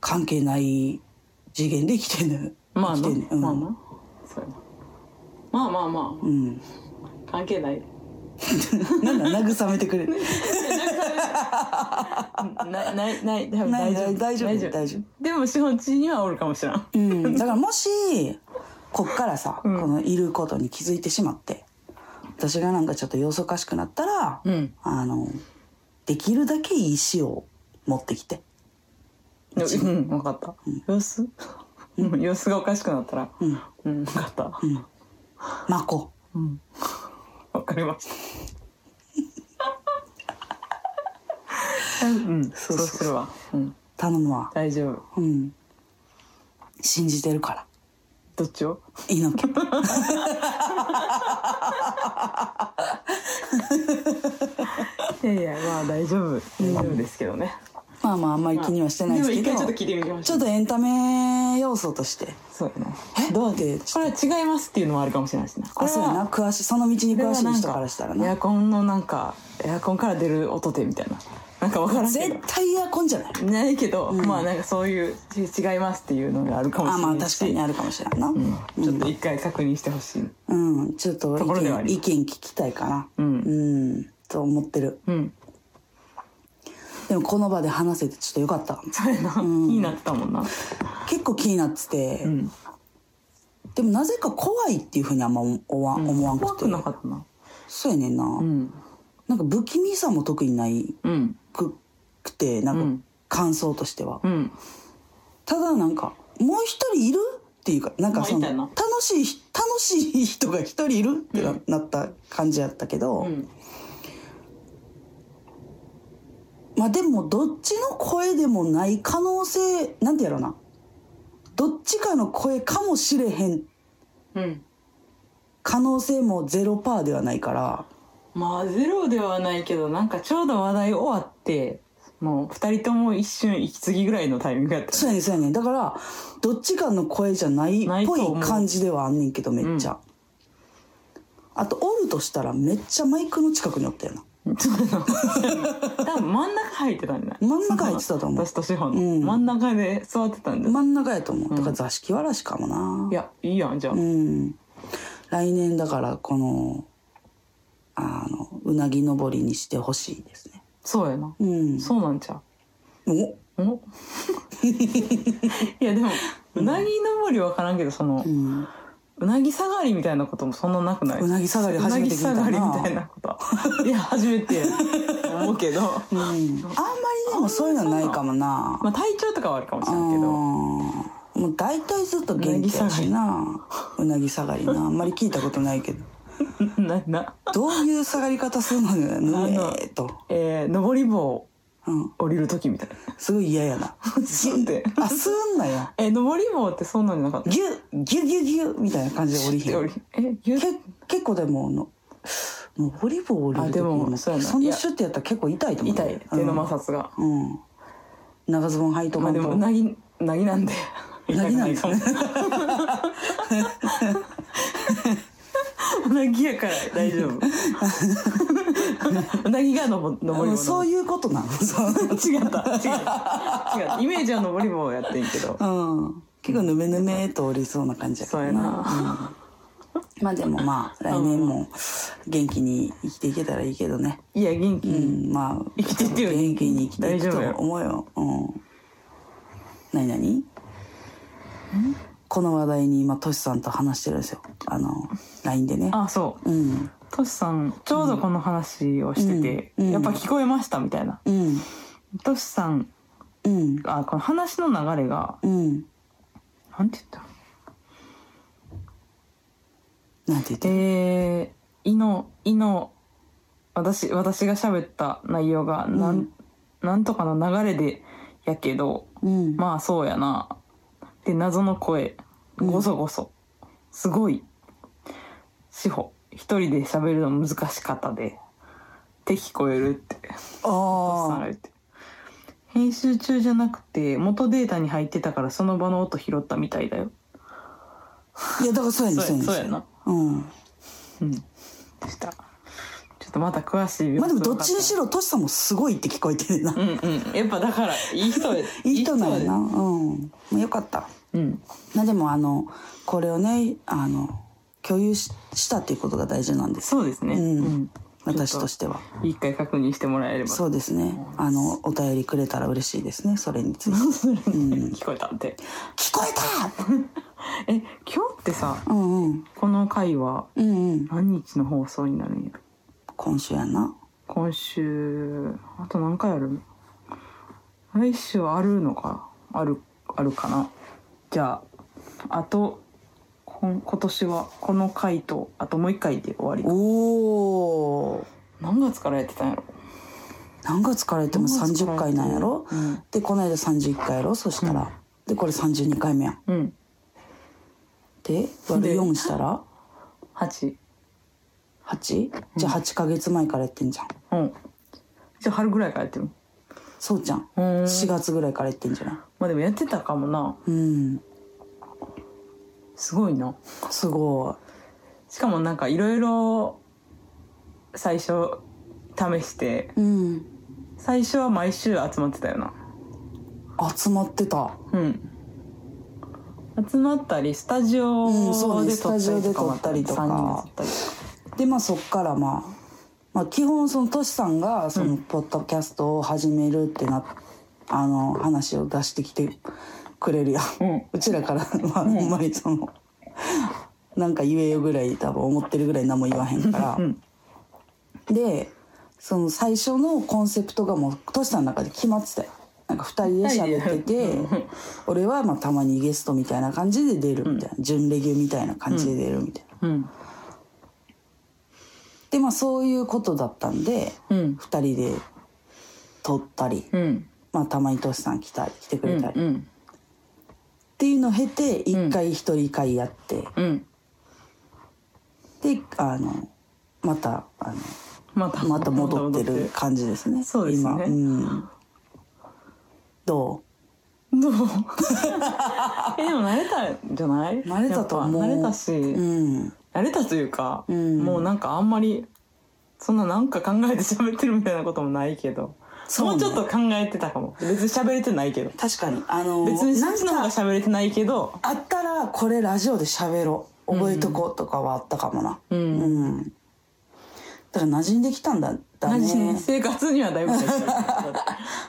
Speaker 1: 関係ない次元で生きてんのよ
Speaker 2: まあ
Speaker 1: 生き
Speaker 2: な
Speaker 1: てんねんうん
Speaker 2: まあなそうやなまあまあま
Speaker 1: うん
Speaker 2: あ関係ない
Speaker 1: なんだ慰めてくれる
Speaker 2: なないない多分
Speaker 1: ない
Speaker 2: 大丈
Speaker 1: ない大丈
Speaker 2: 夫
Speaker 1: 夫大丈夫
Speaker 2: でも資本地にはおるかもしらん
Speaker 1: うん、だからもしこっからさ、
Speaker 2: うん
Speaker 1: このいることに気づいてしまって私がなんかちょっと様子おかしくなったら、
Speaker 2: うん
Speaker 1: あのできるだけいい石を持ってきて、
Speaker 2: うん分かった様子うん 様子がおかしくなったら
Speaker 1: うん、
Speaker 2: うん分かった
Speaker 1: まこ
Speaker 2: うん分かりましたうん
Speaker 1: そ
Speaker 2: そう
Speaker 1: そうそう
Speaker 2: うするわうん
Speaker 1: 頼むわ、
Speaker 2: 大丈夫
Speaker 1: うん、信じてるから
Speaker 2: どっちを
Speaker 1: 猪 木
Speaker 2: いやいやまあ大丈夫大丈夫ですけどね
Speaker 1: まあまああんまり気にはしてないですけど、
Speaker 2: も一回ちょっと
Speaker 1: ち
Speaker 2: 聞いてみましょ
Speaker 1: ょ
Speaker 2: う
Speaker 1: っとエンタメ要素として
Speaker 2: そうやな
Speaker 1: どうで
Speaker 2: これは違いますっていうのもあるかもしれないしなこ
Speaker 1: あ
Speaker 2: れは
Speaker 1: そうやな詳しいその道に詳しい人からしたら
Speaker 2: エア
Speaker 1: な
Speaker 2: コンのなんかエアコンから出る音でみたいななんか分からんけ
Speaker 1: 絶対エアコンじゃない
Speaker 2: どないけど、まあなんかそういうち違いますっていうのがあるかもし
Speaker 1: あ
Speaker 2: れ
Speaker 1: ま
Speaker 2: な
Speaker 1: あ
Speaker 2: い
Speaker 1: 確か
Speaker 2: し
Speaker 1: にあるかもしれんな、
Speaker 2: うんちょっと一回確認してほしい
Speaker 1: うん、ちょっと
Speaker 2: ところ
Speaker 1: 意
Speaker 2: ではあ
Speaker 1: 見
Speaker 2: り
Speaker 1: 意見聞きたいかな。
Speaker 2: うん
Speaker 1: うん、と思ってる。
Speaker 2: うん
Speaker 1: でもこの場で話せてちょっとよかった。
Speaker 2: そうやな、
Speaker 1: ん
Speaker 2: 気になってたもんな
Speaker 1: 結構気になってて、
Speaker 2: うん
Speaker 1: でもなぜか怖いっていうふうにあんま思わ,、ん、思わん
Speaker 2: 怖
Speaker 1: くて
Speaker 2: くなかったな
Speaker 1: そうやねんな、
Speaker 2: うん
Speaker 1: なんか不気味さも特にない
Speaker 2: うん
Speaker 1: くくてな
Speaker 2: うんん
Speaker 1: か感想としては、
Speaker 2: うん
Speaker 1: ただなんかもう一人いるっていうかなんかその
Speaker 2: もういたな
Speaker 1: 楽しいひ楽しい人が一人いるってな,、った感じやったけど、
Speaker 2: うん
Speaker 1: まあでもどっちの声でもない可能性なんてやろうなどっちかの声かもしれへん
Speaker 2: うん
Speaker 1: 可能性もゼロパーではないから
Speaker 2: まあゼロではないけどなんかちょうど話題終わってもう2人とも一瞬息継ぎぐらいのタイミングやった
Speaker 1: そうやねんそうやねんだからどっちかの声じゃないっ
Speaker 2: ないと
Speaker 1: ぽ
Speaker 2: 思
Speaker 1: いう感じではあんねんけどめっちゃ、あとおるとしたらめっちゃマイクの近くにおったよな
Speaker 2: そうなの多分真ん中入ってたんじゃない
Speaker 1: 真ん中入ってたと思う
Speaker 2: 私と志保の、
Speaker 1: うん
Speaker 2: 真ん中で座ってたんじゃない、
Speaker 1: 真ん中やと思うだか
Speaker 2: う
Speaker 1: ら
Speaker 2: ん
Speaker 1: 座敷わらしかもない
Speaker 2: やいいやんじゃあ、
Speaker 1: うん来年だからこのあのうなぎ登りにしてほしいですね
Speaker 2: そうやな、
Speaker 1: うん
Speaker 2: そうなんちゃ
Speaker 1: お
Speaker 2: う おいやでもうなぎ登り分からんけどその、う
Speaker 1: うん
Speaker 2: なぎ下がりみたいなこともそんななくないう
Speaker 1: なぎ下がり初めて聞いたな
Speaker 2: うなぎ下がりみたいな こといや初めて思うけど、
Speaker 1: うん、あんまりでもそういうのないかもな
Speaker 2: まあ体調とかはあるかもし
Speaker 1: う
Speaker 2: れんけど
Speaker 1: んもう大体ずっと元気やし なうなぎ下がりなあんまり聞いたことないけど
Speaker 2: なな
Speaker 1: どういう下がり方するのよね
Speaker 2: あの
Speaker 1: えーっと
Speaker 2: えー、登り棒を
Speaker 1: うん
Speaker 2: 降りる時みたいな
Speaker 1: すごい嫌や な
Speaker 2: すんで
Speaker 1: あすんなよ
Speaker 2: え登り棒ってそんなんじゃなかった
Speaker 1: ギュッギュッギュッギュッみたいな感じで降りへん
Speaker 2: 降りえゆ
Speaker 1: け結構でもあの登り棒降りる
Speaker 2: あでも
Speaker 1: 時
Speaker 2: そう
Speaker 1: そ
Speaker 2: やなんい
Speaker 1: な
Speaker 2: や
Speaker 1: シュッてやったら結構痛いと思う
Speaker 2: 痛い手の
Speaker 1: まさ
Speaker 2: 摩擦が、
Speaker 1: うん長ズボン履いと
Speaker 2: ま
Speaker 1: か
Speaker 2: あ
Speaker 1: ん
Speaker 2: で
Speaker 1: と
Speaker 2: もなぎなぎなんで痛くないかも
Speaker 1: な
Speaker 2: うなぎやから大丈夫 うなぎがのぼ登り棒
Speaker 1: あそう
Speaker 2: う
Speaker 1: いうことなのそう
Speaker 2: 違った違った違ったイメージは登り棒やってんけど
Speaker 1: うん結構ぬめぬめっとおりそうな感じやけ
Speaker 2: そ
Speaker 1: ど
Speaker 2: うやな、
Speaker 1: まあでもまあ来年も元気に生きていけたらいいけどね
Speaker 2: いや元気、
Speaker 1: うんまあ
Speaker 2: 生きてってよ
Speaker 1: 元気に生きていくと
Speaker 2: 大丈夫よ
Speaker 1: 思うようん何何この話題に今トシさんと話してるんですよあの LINE でね
Speaker 2: あそう
Speaker 1: うん
Speaker 2: トシさんちょうどこの話をしてて、
Speaker 1: うんうん
Speaker 2: やっぱ聞こえましたみたいな
Speaker 1: うん
Speaker 2: トシさん
Speaker 1: うん
Speaker 2: あこの話の流れが
Speaker 1: うん
Speaker 2: なんて言った
Speaker 1: なんて言って
Speaker 2: えー、いのいの私私が喋った内容がな
Speaker 1: う
Speaker 2: ん,、
Speaker 1: ん
Speaker 2: なんとかの流れでやけど
Speaker 1: うん
Speaker 2: まあそうやなで謎の声
Speaker 1: うん
Speaker 2: ごそごそ、すごい志保一人で喋るの難しかったでって聞こえるっておっさんが
Speaker 1: あ
Speaker 2: 言って編集中じゃなくて元データに入ってたからその場の音拾ったみたいだよ
Speaker 1: あいやだからそうやねん
Speaker 2: そうや
Speaker 1: ね
Speaker 2: そうやな
Speaker 1: うん
Speaker 2: うんでしたちょっとまた詳しい
Speaker 1: まあでもどっちにしろトシさんもすごいって聞こえてるな
Speaker 2: うんうんやっぱだからいい人で
Speaker 1: いい人なんやなうんまあよかった
Speaker 2: うん
Speaker 1: まあでもあのこれをねあの共有ししたっていうことが大事なんです
Speaker 2: そうですね
Speaker 1: うん
Speaker 2: うん
Speaker 1: 私としては
Speaker 2: 一回確認してもらえれば
Speaker 1: そうですねあのお便りくれたら嬉しいですねそれについて
Speaker 2: 聞こえたって
Speaker 1: 聞こえた
Speaker 2: え今日ってさ
Speaker 1: うんうん
Speaker 2: この回は
Speaker 1: うんうん
Speaker 2: 何日の放送になるんやろ
Speaker 1: 今週やな
Speaker 2: 今週あと何回ある来週はあるのかなあるあるかなじゃああとこん今年はこの回とあともう一回で終わりか
Speaker 1: おお
Speaker 2: 何月からやってたんやろ
Speaker 1: 何月から言っても30回なんやろ
Speaker 2: うん
Speaker 1: でこの間31回やろそしたら、でこれ32回目やん
Speaker 2: うん
Speaker 1: で割る4したら
Speaker 2: 8
Speaker 1: 8? じゃあ8ヶ月前からやってんじゃん
Speaker 2: うんじゃあ春ぐらいからやってる
Speaker 1: そうじゃん
Speaker 2: うん
Speaker 1: 4月ぐらいからやってんじゃない
Speaker 2: まあでもやってたかもな
Speaker 1: うん
Speaker 2: すごいな
Speaker 1: すご
Speaker 2: しかもなんかいろいろ最初試して
Speaker 1: いうん
Speaker 2: 最初は毎週集まってたよな
Speaker 1: 集まってた
Speaker 2: うん集まったりスタジオ
Speaker 1: うんそうね
Speaker 2: で撮ったりとかもあ
Speaker 1: スタジオで撮った
Speaker 2: 三人で撮ったり
Speaker 1: でまあそっからまあまあ基本そのトシさんがそうの
Speaker 2: ん
Speaker 1: ポッドキャストを始めるってな、あの話を出してきてくれる やん
Speaker 2: うん
Speaker 1: うちらからまあほんまにそのなんか言えよぐらい多分思ってるぐらい何も言わへんから
Speaker 2: う、ん
Speaker 1: でその最初のコンセプトがもうトシさんの中で決まってたよなんか2人で喋ってて俺はまあたまにゲストみたいな感じで出るみたいな、準レギュみたいな感じで出るみたいな、
Speaker 2: うん
Speaker 1: でまあそういうことだったんで
Speaker 2: うん
Speaker 1: 2人で撮ったり、
Speaker 2: うん
Speaker 1: まあ、たまにトシさん来たり来てく
Speaker 2: う
Speaker 1: れ
Speaker 2: ん
Speaker 1: たり、
Speaker 2: う
Speaker 1: っ
Speaker 2: ん
Speaker 1: ていうのを経て1回一人会やって、
Speaker 2: うん
Speaker 1: であのまたあの
Speaker 2: また
Speaker 1: また戻ってる
Speaker 2: また
Speaker 1: 感じですね
Speaker 2: そうですね
Speaker 1: 今、うん、ど
Speaker 2: どう えでも慣れたんじゃない
Speaker 1: 慣れたと思う
Speaker 2: やっぱ慣れたし、
Speaker 1: ううん
Speaker 2: 慣れたというか、
Speaker 1: うん
Speaker 2: もうなんかあんまりそんななんか考えて喋ってるみたいなこともないけど
Speaker 1: そうね
Speaker 2: もうちょっと考えてたかも別に喋れてないけど
Speaker 1: 確かにあの
Speaker 2: 別にそ
Speaker 1: な
Speaker 2: っ
Speaker 1: ん
Speaker 2: ちの方が
Speaker 1: か
Speaker 2: 喋れてないけど
Speaker 1: あったらこれラジオで喋ろう覚えとこうとかはあったかもな
Speaker 2: うん
Speaker 1: うんだから馴染んできたんだだ
Speaker 2: 馴染ん
Speaker 1: ね
Speaker 2: 生活にはだいぶ入ってる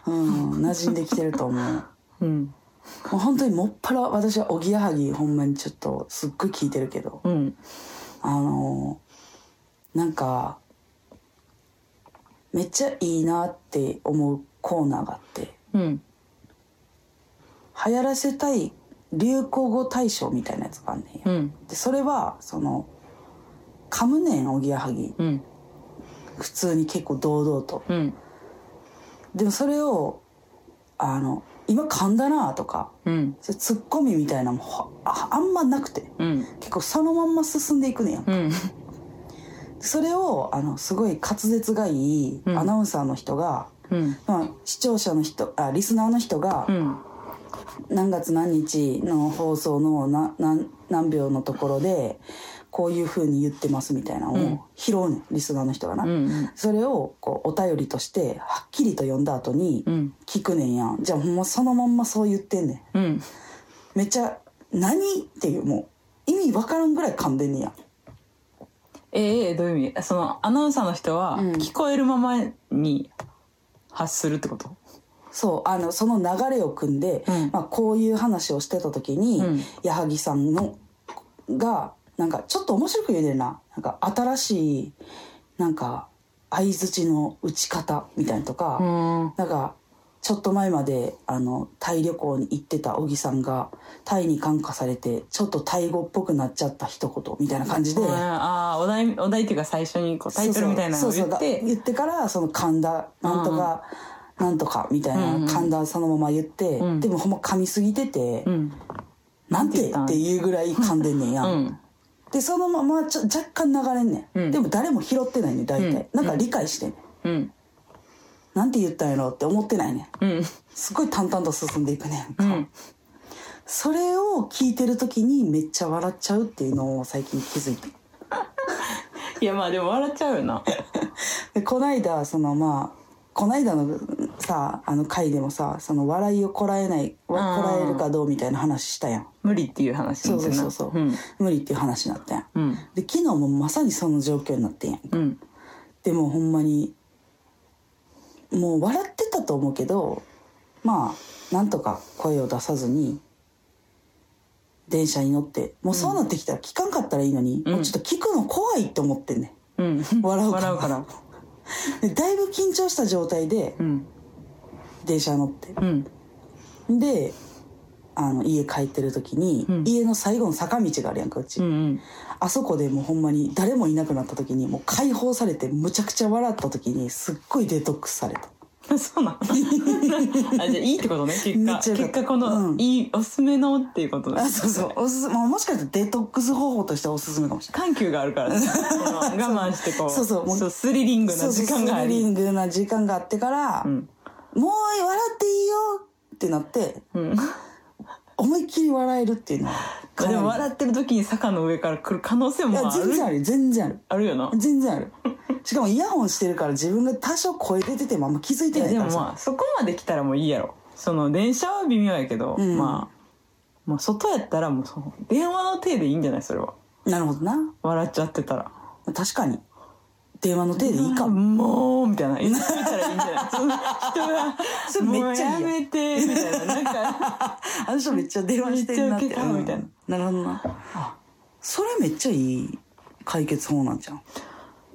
Speaker 1: うん馴染んできてると思う
Speaker 2: うん
Speaker 1: もう本当にもっぱら私はおぎやはぎほんまにちょっとすっごい聞いてるけど
Speaker 2: うん
Speaker 1: あのーなんかめっちゃいいなって思うコーナーがあって
Speaker 2: うん
Speaker 1: 流行らせたい流行語大賞みたいなやつがあんねんや
Speaker 2: うん
Speaker 1: でそれはその噛むねんおぎやはぎ
Speaker 2: うん
Speaker 1: 普通に結構堂々と
Speaker 2: うん
Speaker 1: でもそれをあの今噛んだなとか
Speaker 2: うん
Speaker 1: そういうツッコミみたいなのもほああんまなくて
Speaker 2: うん
Speaker 1: 結構そのまんま進んでいくねやん
Speaker 2: うん
Speaker 1: それをあのすごい滑舌がいい
Speaker 2: うん
Speaker 1: アナウンサーの人が、
Speaker 2: うん
Speaker 1: まあ、視聴者の人あリスナーの人が
Speaker 2: うん
Speaker 1: 何月何日の放送のな何何秒のところでこういう風に言ってますみたいな
Speaker 2: う
Speaker 1: の
Speaker 2: ん
Speaker 1: を拾うねんリスナーの人がな、
Speaker 2: うん
Speaker 1: それをこうお便りとしてはっきりと読んだ後に
Speaker 2: うん
Speaker 1: 聞くねんやんじゃあほんまそのまんまそう言ってんねん
Speaker 2: うん
Speaker 1: めっちゃ「何?」っていうもう意味わからんぐらい噛んでんねや
Speaker 2: ええええどういう意味そのアナウンサーの人は
Speaker 1: うん
Speaker 2: 聞こえるままに発するってこと
Speaker 1: そうあのその流れを組んで、
Speaker 2: うん
Speaker 1: まあ、こういう話をしてた時に、
Speaker 2: うん
Speaker 1: 矢作さんのがなんかちょっと面白く言うねんななんか新しいなんか相づちの打ち方みたいなとか、
Speaker 2: うん
Speaker 1: なんかちょっと前まであのタイ旅行に行ってた小木さんがタイに感化されてちょっとタイ語っぽくなっちゃった一言みたいな感じで。
Speaker 2: ああお題お題っていうか最初にこうタイトルみたいなのを
Speaker 1: そうそ
Speaker 2: 言っ
Speaker 1: うそうそう
Speaker 2: て
Speaker 1: 言ってからその神田なんとか、なんとかみたいな、
Speaker 2: うんうん
Speaker 1: 神田そのまま言って、
Speaker 2: うん
Speaker 1: でもほんま噛みすぎてて、
Speaker 2: うん
Speaker 1: なんて
Speaker 2: なん
Speaker 1: ってて
Speaker 2: 言
Speaker 1: いうぐらい噛んでんねんや、、
Speaker 2: うんん
Speaker 1: でそのままちょ若干流れんねん、
Speaker 2: うん
Speaker 1: でも誰も拾ってないねん大体、
Speaker 2: うん
Speaker 1: なんか理解してんねん
Speaker 2: うん
Speaker 1: なんて言ったんやろって思ってないねん
Speaker 2: うん
Speaker 1: すっごい淡々と進んでいくねん
Speaker 2: う
Speaker 1: か、
Speaker 2: ん
Speaker 1: それを聞いてる時にめっちゃ笑っちゃうっていうのを最近気づいて
Speaker 2: いやまあでも笑っちゃうよな
Speaker 1: でこないだそのまあこないだのさあの回でもさその笑いをこらえないわ
Speaker 2: あー
Speaker 1: こらえるかどうみたいな話したやん
Speaker 2: 無理っていう話
Speaker 1: そう
Speaker 2: にな
Speaker 1: そう
Speaker 2: ってな
Speaker 1: そうそう、
Speaker 2: うん
Speaker 1: 無理っていう話になったやん
Speaker 2: うん
Speaker 1: で昨日もまさにその状況になってんやん
Speaker 2: うん
Speaker 1: でもほんまにもう笑ってたと思うけどまあなんとか声を出さずに電車に乗ってもうそうなってきたら聞かんかったらいいのに、
Speaker 2: うん
Speaker 1: もうちょっと聞くの怖いって思ってんね
Speaker 2: うん
Speaker 1: 笑うから
Speaker 2: 笑うから
Speaker 1: ん でだいぶ緊張した状態で
Speaker 2: うん
Speaker 1: 電車に乗って
Speaker 2: うん
Speaker 1: であの家帰ってる時に、
Speaker 2: うん
Speaker 1: 家の最後の坂道があるやんかうち、
Speaker 2: うんうん
Speaker 1: あそこでもうほんまに誰もいなくなった時にもう解放されてむちゃくちゃ笑った時にすっごいデトックスされた
Speaker 2: そうなの あじゃあいいってことね結
Speaker 1: め
Speaker 2: 果
Speaker 1: っちゃよかった
Speaker 2: 結果この、
Speaker 1: うん
Speaker 2: いいおすすめのっていうことだ
Speaker 1: あそうそうおすす、まあ、もしかしたらデトックス方法としてはおすすめかもしれない
Speaker 2: 緩急があるから ねこの我慢してこう
Speaker 1: そうそうもう
Speaker 2: スリリング
Speaker 1: そ
Speaker 2: な
Speaker 1: うそう
Speaker 2: 時間があ
Speaker 1: スリ
Speaker 2: り
Speaker 1: リングな時間があってから、
Speaker 2: うん
Speaker 1: もう笑っていいよってなって
Speaker 2: うん、
Speaker 1: 思いっきり笑えるっていうのはかな
Speaker 2: で
Speaker 1: り
Speaker 2: も笑ってる時に坂の上から来る可能性
Speaker 1: い
Speaker 2: も
Speaker 1: や
Speaker 2: ある
Speaker 1: 全然ある全然ある
Speaker 2: あるよな
Speaker 1: 全然あるしかもイヤホンしてるから自分が多少声出ててもあんま気づい
Speaker 2: い
Speaker 1: て
Speaker 2: や
Speaker 1: ない
Speaker 2: で
Speaker 1: か
Speaker 2: も
Speaker 1: らさ
Speaker 2: まあそこまで来たらもういいやろその電車は微妙やけど、
Speaker 1: うん
Speaker 2: まあ、まあ外やったらもうその電話の手でいいんじゃないそれは
Speaker 1: なるほどな
Speaker 2: 笑っちゃってたら
Speaker 1: 確かに電話の手でいいか
Speaker 2: あ
Speaker 1: も
Speaker 2: もうみたいな言ってみたらいいんじゃ ないその
Speaker 1: そ
Speaker 2: 人
Speaker 1: れめ
Speaker 2: が
Speaker 1: っちゃいいやん
Speaker 2: もうやめてみたいな なんか
Speaker 1: あの人めっちゃ電話してるなって
Speaker 2: めっちゃウケたみたい
Speaker 1: う
Speaker 2: な
Speaker 1: んなるほどなそれめっちゃいい解決法なんじゃん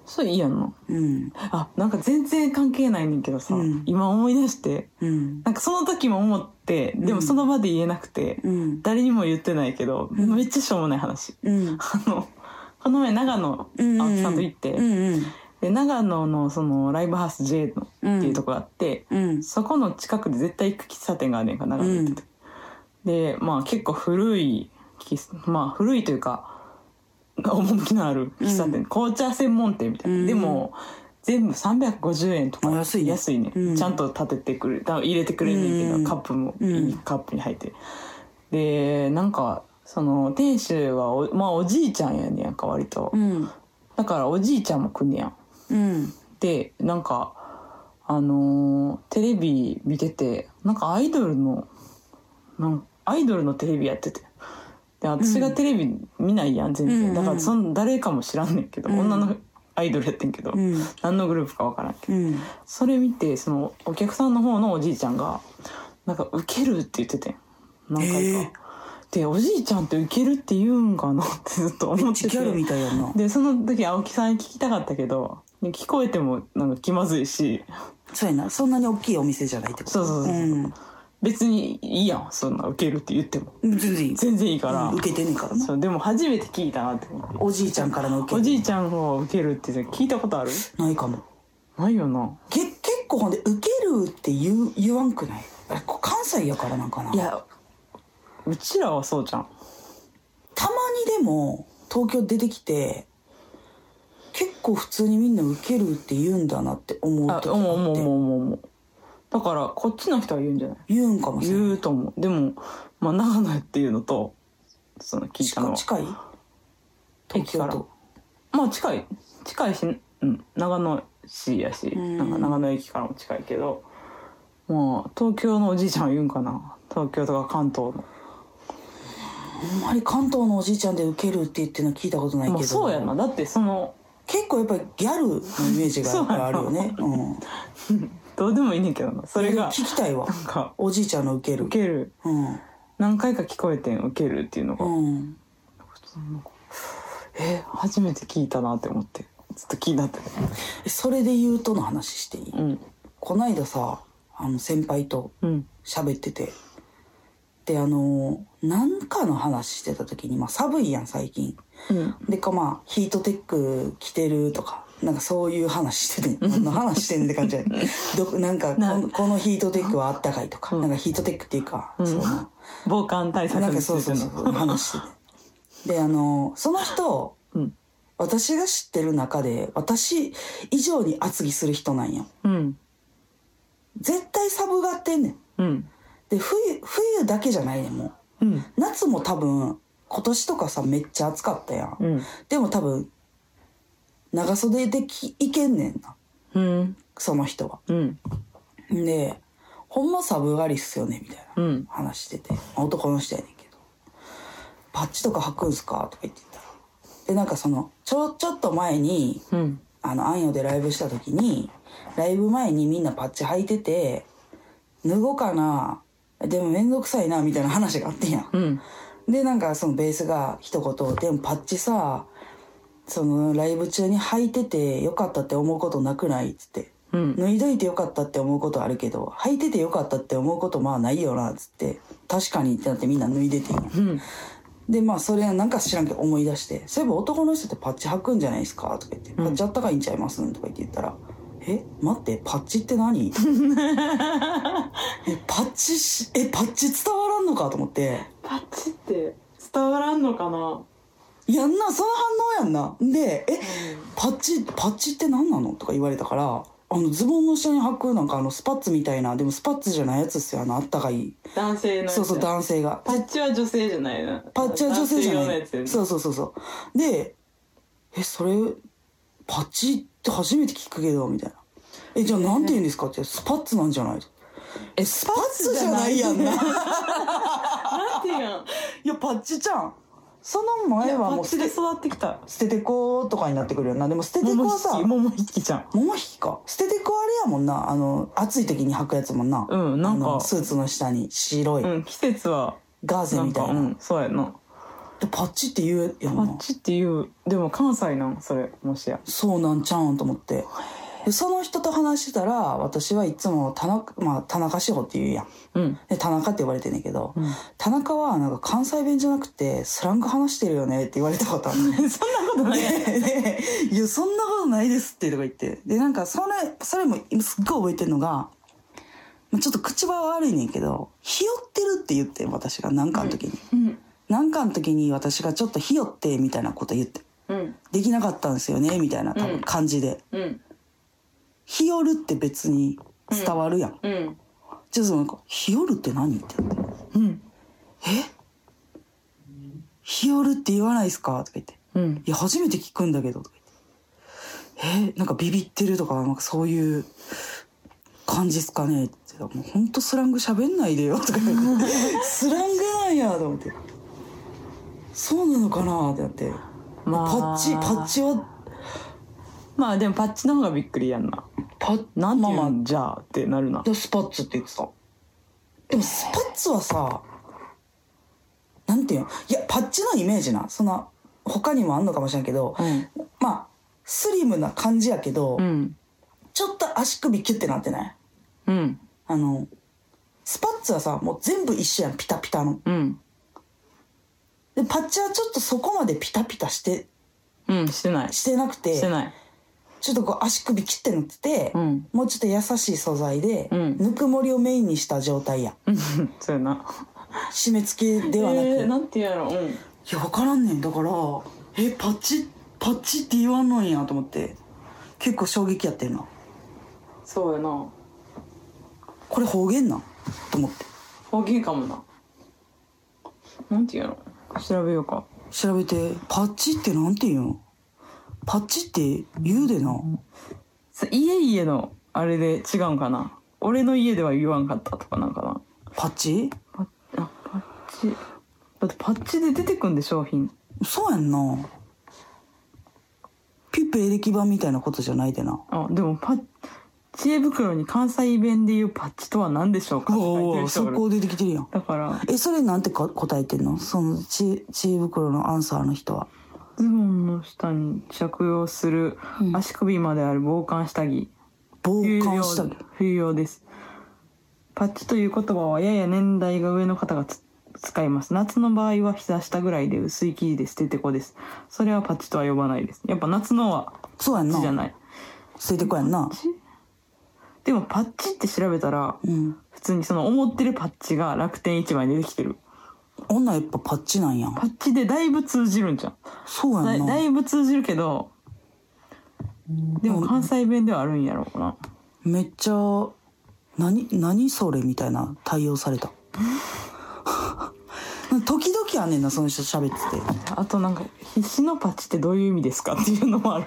Speaker 2: それいいやんの
Speaker 1: うん
Speaker 2: あなんか全然関係ないねんけどさ、
Speaker 1: うん
Speaker 2: 今思い出して
Speaker 1: うん
Speaker 2: なんかその時も思ってでもその場で言えなくて、
Speaker 1: うん
Speaker 2: 誰にも言ってないけど、
Speaker 1: ん
Speaker 2: めっちゃしょうもない話
Speaker 1: うん
Speaker 2: あのこの前長野
Speaker 1: うん
Speaker 2: 青木さんと行って、
Speaker 1: うんうん
Speaker 2: で長野のそのライブハウス J のっていうとこがあって、
Speaker 1: うん
Speaker 2: そこの近くで絶対行く喫茶店があるねんか長野行ってて、でまあ結構古い喫まあ古いというか趣のある喫茶
Speaker 1: う
Speaker 2: 店、
Speaker 1: ん
Speaker 2: 紅茶専門店みたいな、
Speaker 1: うん
Speaker 2: でも全部350円とか
Speaker 1: あ安いね
Speaker 2: 安いね、
Speaker 1: うん
Speaker 2: ちゃんと立ててくれ多分入れてくれるんだけど、
Speaker 1: うん
Speaker 2: カップも
Speaker 1: うん
Speaker 2: いいカップに入って、でなんかその店主はお,、まあ、おじいちゃんやねんか割と、
Speaker 1: うん
Speaker 2: だからおじいちゃんも来んねやん
Speaker 1: うん
Speaker 2: でなんかあのーテレビ見ててなんかアイドルのなんアイドルのテレビやっててで私がテレビ見ないやん全然、
Speaker 1: うん
Speaker 2: だからその誰かも知らんねんけど、
Speaker 1: うん
Speaker 2: 女のアイドルやってんけど、
Speaker 1: うん
Speaker 2: 何のグループかわからんけど
Speaker 1: うん
Speaker 2: それ見てそのお客さんの方のおじいちゃんがなんか「ウケる」って言っててん何回か。
Speaker 1: えー
Speaker 2: でおじいちゃんってウケるって言うんかなってずっと
Speaker 1: め
Speaker 2: 思
Speaker 1: っ
Speaker 2: っ
Speaker 1: ち
Speaker 2: て
Speaker 1: ゃギ
Speaker 2: て
Speaker 1: ャルみたいやんな
Speaker 2: でその時青木さんに聞きたかったけどで聞こえてもなんか気まずいし
Speaker 1: そうやなそんなに大きいお店じゃないってこと
Speaker 2: そうそうそうそう
Speaker 1: うん
Speaker 2: 別にいいやんそんな受けるって言っても
Speaker 1: 全然いい
Speaker 2: 全然いいから、
Speaker 1: うん受けてんねんからな
Speaker 2: そうでも初めて聞いたなって思って
Speaker 1: おじいちゃんからの受け
Speaker 2: おじいちゃんを受けるって聞いたことある
Speaker 1: ないかも
Speaker 2: ないよな
Speaker 1: け結構ほんで「受ける」って言う言わんくないあれこ関西やからなんかない
Speaker 2: いやうちらはそうじゃん
Speaker 1: たまにでも東京出てきて結構普通にみんな受けるって言うんだなって思う
Speaker 2: あ
Speaker 1: 時
Speaker 2: 思う思う思う
Speaker 1: う
Speaker 2: 思う思うだからこっちの人は言うんじゃない
Speaker 1: 言うんかもしれない
Speaker 2: 言うと思うでもまあ長野やっていうのとその聞いたのは
Speaker 1: 近い東
Speaker 2: 駅
Speaker 1: 京
Speaker 2: から
Speaker 1: と
Speaker 2: まあ近い近いし、うん、長野市やし
Speaker 1: ん
Speaker 2: なんか長野駅からも近いけどまあ東京のおじいちゃんは言うんかな東京とか関東の
Speaker 1: あんまり関東のおじいちゃんで受けるって言ってるの聞いたことないけ
Speaker 2: まあ
Speaker 1: ど
Speaker 2: そうやなだってその
Speaker 1: 結構やっぱりギャルのイメージがやっぱりあるよ ねうん
Speaker 2: どうでもいいねんけどなそれが
Speaker 1: 聞きたいわ
Speaker 2: なんか
Speaker 1: おじいちゃんの受ける
Speaker 2: 受ける
Speaker 1: うん
Speaker 2: 何回か聞こえてん受けるっていうのが、
Speaker 1: うん
Speaker 2: え初めて聞いたなって思ってずっと気になって
Speaker 1: それで言うとの話していい、
Speaker 2: うん
Speaker 1: こないださあの先輩と
Speaker 2: うん
Speaker 1: 喋っててであのなんかの話してた時に、まあ、寒いやん最近
Speaker 2: うん
Speaker 1: でかまあヒートテック着てるとかなんかそういう話してて 何の話してんって感じやねどなんかこ
Speaker 2: な
Speaker 1: のこのヒートテックはあったかいとか、
Speaker 2: うん
Speaker 1: なんかヒートテックっていうか、
Speaker 2: うん
Speaker 1: その
Speaker 2: 防寒対策
Speaker 1: なんか
Speaker 2: につ
Speaker 1: そう
Speaker 2: い
Speaker 1: そ
Speaker 2: て
Speaker 1: う
Speaker 2: の
Speaker 1: そう話しててであのその人
Speaker 2: うん
Speaker 1: 私が知ってる中で私以上に厚着する人なんよ
Speaker 2: うん
Speaker 1: 絶対サブがってんねん
Speaker 2: うん
Speaker 1: で冬冬だけじゃないねんもう
Speaker 2: うん
Speaker 1: 夏も多分今年とかさめっちゃ暑かったやん、
Speaker 2: うん
Speaker 1: でも多分長袖できいけんねんな
Speaker 2: うん
Speaker 1: その人は
Speaker 2: うん
Speaker 1: んでほんま寒がりっすよねみたいな
Speaker 2: うん
Speaker 1: 話してて男の人やねんけど「パッチとか履くんすか?」とか言ってたらでなんかそのちょちょっと前に
Speaker 2: うん
Speaker 1: あの、アンヨでライブした時に、ライブ前にみんなパッチ履いてて、脱ごうかな、でもめんどくさいな、みたいな話があってんやん。
Speaker 2: うん
Speaker 1: で、なんかそのベースが一言、でもパッチさ、そのライブ中に履いててよかったって思うことなくないっつって。
Speaker 2: うん
Speaker 1: 脱いどいてよかったって思うことあるけど、履いててよかったって思うことまあないよな、つって。確かにってなってみんな脱いでてんやん
Speaker 2: うん
Speaker 1: でまあそれなんか知らんけど思い出して「そういえば男の人ってパッチ履くんじゃないですか?」とか言って「パッチあったかいんちゃいます?」とか言って言ったら「え待ってパッチって何?え」パッチしえパッチ伝わらんのか?」と思って
Speaker 2: パッチって伝わらんのかな
Speaker 1: 「やんなその反応やんな」で「えパッチパッチって何なの?」とか言われたから「あのズボンの下に履くなんかあのスパッツみたいなでもスパッツじゃないやつっすよあのあったかい
Speaker 2: 男性の
Speaker 1: そうそう男性が
Speaker 2: パッチは女性じゃないな
Speaker 1: パッチは女性じゃ
Speaker 2: 男性用の
Speaker 1: な
Speaker 2: やつや
Speaker 1: い。
Speaker 2: ね
Speaker 1: そうそうそうそう。で、え、それ、パッチって初めて聞くけど、みたいな。え、じゃあなんて言うんですかって、スパッツなんじゃないえ、スパッツじゃないやんな。い
Speaker 2: なんていうん
Speaker 1: や、パッチちゃん。その前は
Speaker 2: パ
Speaker 1: もう
Speaker 2: ッ
Speaker 1: 捨
Speaker 2: チ
Speaker 1: て
Speaker 2: で育ってきた
Speaker 1: 捨ててことかになってくるよな。でも捨ててこ
Speaker 2: 桃
Speaker 1: はさ、
Speaker 2: 引き桃引きちゃん
Speaker 1: 桃引きか。捨ててこあれやもんな。あの、暑い時に履くやつもんな。
Speaker 2: うんなんか
Speaker 1: あのスーツの下に白い、
Speaker 2: うん季節は
Speaker 1: ガーゼ
Speaker 2: なん
Speaker 1: みた
Speaker 2: か
Speaker 1: いうな。
Speaker 2: んそうやな
Speaker 1: でパッチって言うやん
Speaker 2: パ
Speaker 1: な。
Speaker 2: ッチっていうでも関西なんそれもしや
Speaker 1: そうなんちゃうんと思ってでその人と話してたら私はいつも田中,、まあ、田中志保って言うやん
Speaker 2: うん
Speaker 1: で田中って呼ばれてんねんけど、田中はなんか関西弁じゃなくてスラング話してるよねって言われたことあるね
Speaker 2: そんなことない
Speaker 1: ででいやそんなことないですってとか言ってでなんかそれそれもすっごい覚えてるのがまあちょっと口は悪いねんけど「ひよってる」って言ってん私が何かの時に、
Speaker 2: うん
Speaker 1: なんかの時に私がちょっと「ひよって」みたいなこと言って
Speaker 2: うん
Speaker 1: できなかったんですよねみたいな多
Speaker 2: う
Speaker 1: 分
Speaker 2: ん
Speaker 1: 感じで。
Speaker 2: うん
Speaker 1: 日和って別に伝わるやん。
Speaker 2: うん
Speaker 1: じゃあそのなんか、日和って何って言って。
Speaker 2: うん
Speaker 1: え日和って言わないですかとか言って。
Speaker 2: うん
Speaker 1: いや、初めて聞くんだけど。とか言って。えなんかビビってるとか、なんかそういう感じっすかねって言ってた。もうほんとスラング喋んないでよ。とか言 って。スラングなんやと思って。そうなのかなってなって。
Speaker 2: まあ
Speaker 1: パッチ、パッチは、
Speaker 2: まあでもパッチの方がびっくりやんな
Speaker 1: パッ、
Speaker 2: なんてい
Speaker 1: まあ
Speaker 2: う
Speaker 1: まあ
Speaker 2: んじゃあってなるな
Speaker 1: でスパッツって言ってたでもスパッツはさなんていうのいやパッチのイメージなそんな他にもあんのかもしれんけど、
Speaker 2: うん
Speaker 1: まあスリムな感じやけど、
Speaker 2: うん
Speaker 1: ちょっと足首キュッてなってない
Speaker 2: うん
Speaker 1: あのスパッツはさもう全部一緒やんピタピタの
Speaker 2: うん
Speaker 1: でパッチはちょっとそこまでピタピタして
Speaker 2: うんしてない
Speaker 1: してなくて
Speaker 2: してない
Speaker 1: ちょっとこう足首切ってなってて、
Speaker 2: うん
Speaker 1: もうちょっと優しい素材で、
Speaker 2: うん
Speaker 1: ぬくもりをメインにした状態や
Speaker 2: うんそうやな
Speaker 1: 締め付けで
Speaker 2: え
Speaker 1: はなく、
Speaker 2: ー、なんて言うやろう
Speaker 1: い
Speaker 2: ん
Speaker 1: や分からんねんだからえパチパチって言わんのんやと思って結構衝撃やってんな
Speaker 2: そうやな
Speaker 1: これ方言なんと思って
Speaker 2: 方言かもななんて言うやろ調べようか
Speaker 1: 調べてパチってなんて言うんパチって言うでな
Speaker 2: そ家々のあれで違うんかな俺の家では言わんかったとかなんかな
Speaker 1: パチ
Speaker 2: パあパッチだってパッチで出てくんで商品
Speaker 1: そうやんなピップエレキ版みたいなことじゃないでな
Speaker 2: あでもパッ知恵袋に関西弁で言うパッチとは何でしょうかって書いてる人
Speaker 1: 速
Speaker 2: がいる
Speaker 1: 攻出てきてるやん
Speaker 2: だから
Speaker 1: えそれなんてか答えてんのその知知恵袋のアンサーの人は
Speaker 2: ズボンの下に着用する
Speaker 1: うん
Speaker 2: 足首まである防寒下着、
Speaker 1: 防
Speaker 2: 冬用
Speaker 1: 寒したり
Speaker 2: 冬用ですパッチという言葉はやや年代が上の方がつ使います夏の場合は膝下ぐらいで薄い生地で捨ててこですそれはパッチとは呼ばないですやっぱ夏のはパ
Speaker 1: そうやん
Speaker 2: ッチじゃ
Speaker 1: な
Speaker 2: ない
Speaker 1: 捨ててこやんな
Speaker 2: パッチでもパッチって調べたら
Speaker 1: うん
Speaker 2: 普通にその思ってるパッチが楽天市場に出てきてる
Speaker 1: 女やっぱパッチなんや
Speaker 2: パッチでだいぶ通じるんじゃん
Speaker 1: そう
Speaker 2: だ
Speaker 1: や
Speaker 2: い
Speaker 1: ん
Speaker 2: だ
Speaker 1: ない
Speaker 2: ぶ通じるけどでも関西弁ではあるんやろうな
Speaker 1: めっちゃ何何それみたいな対応された 時々あんねんなその人喋ってて
Speaker 2: あとなんか必死のパッチってどういう意味ですかっていう のもある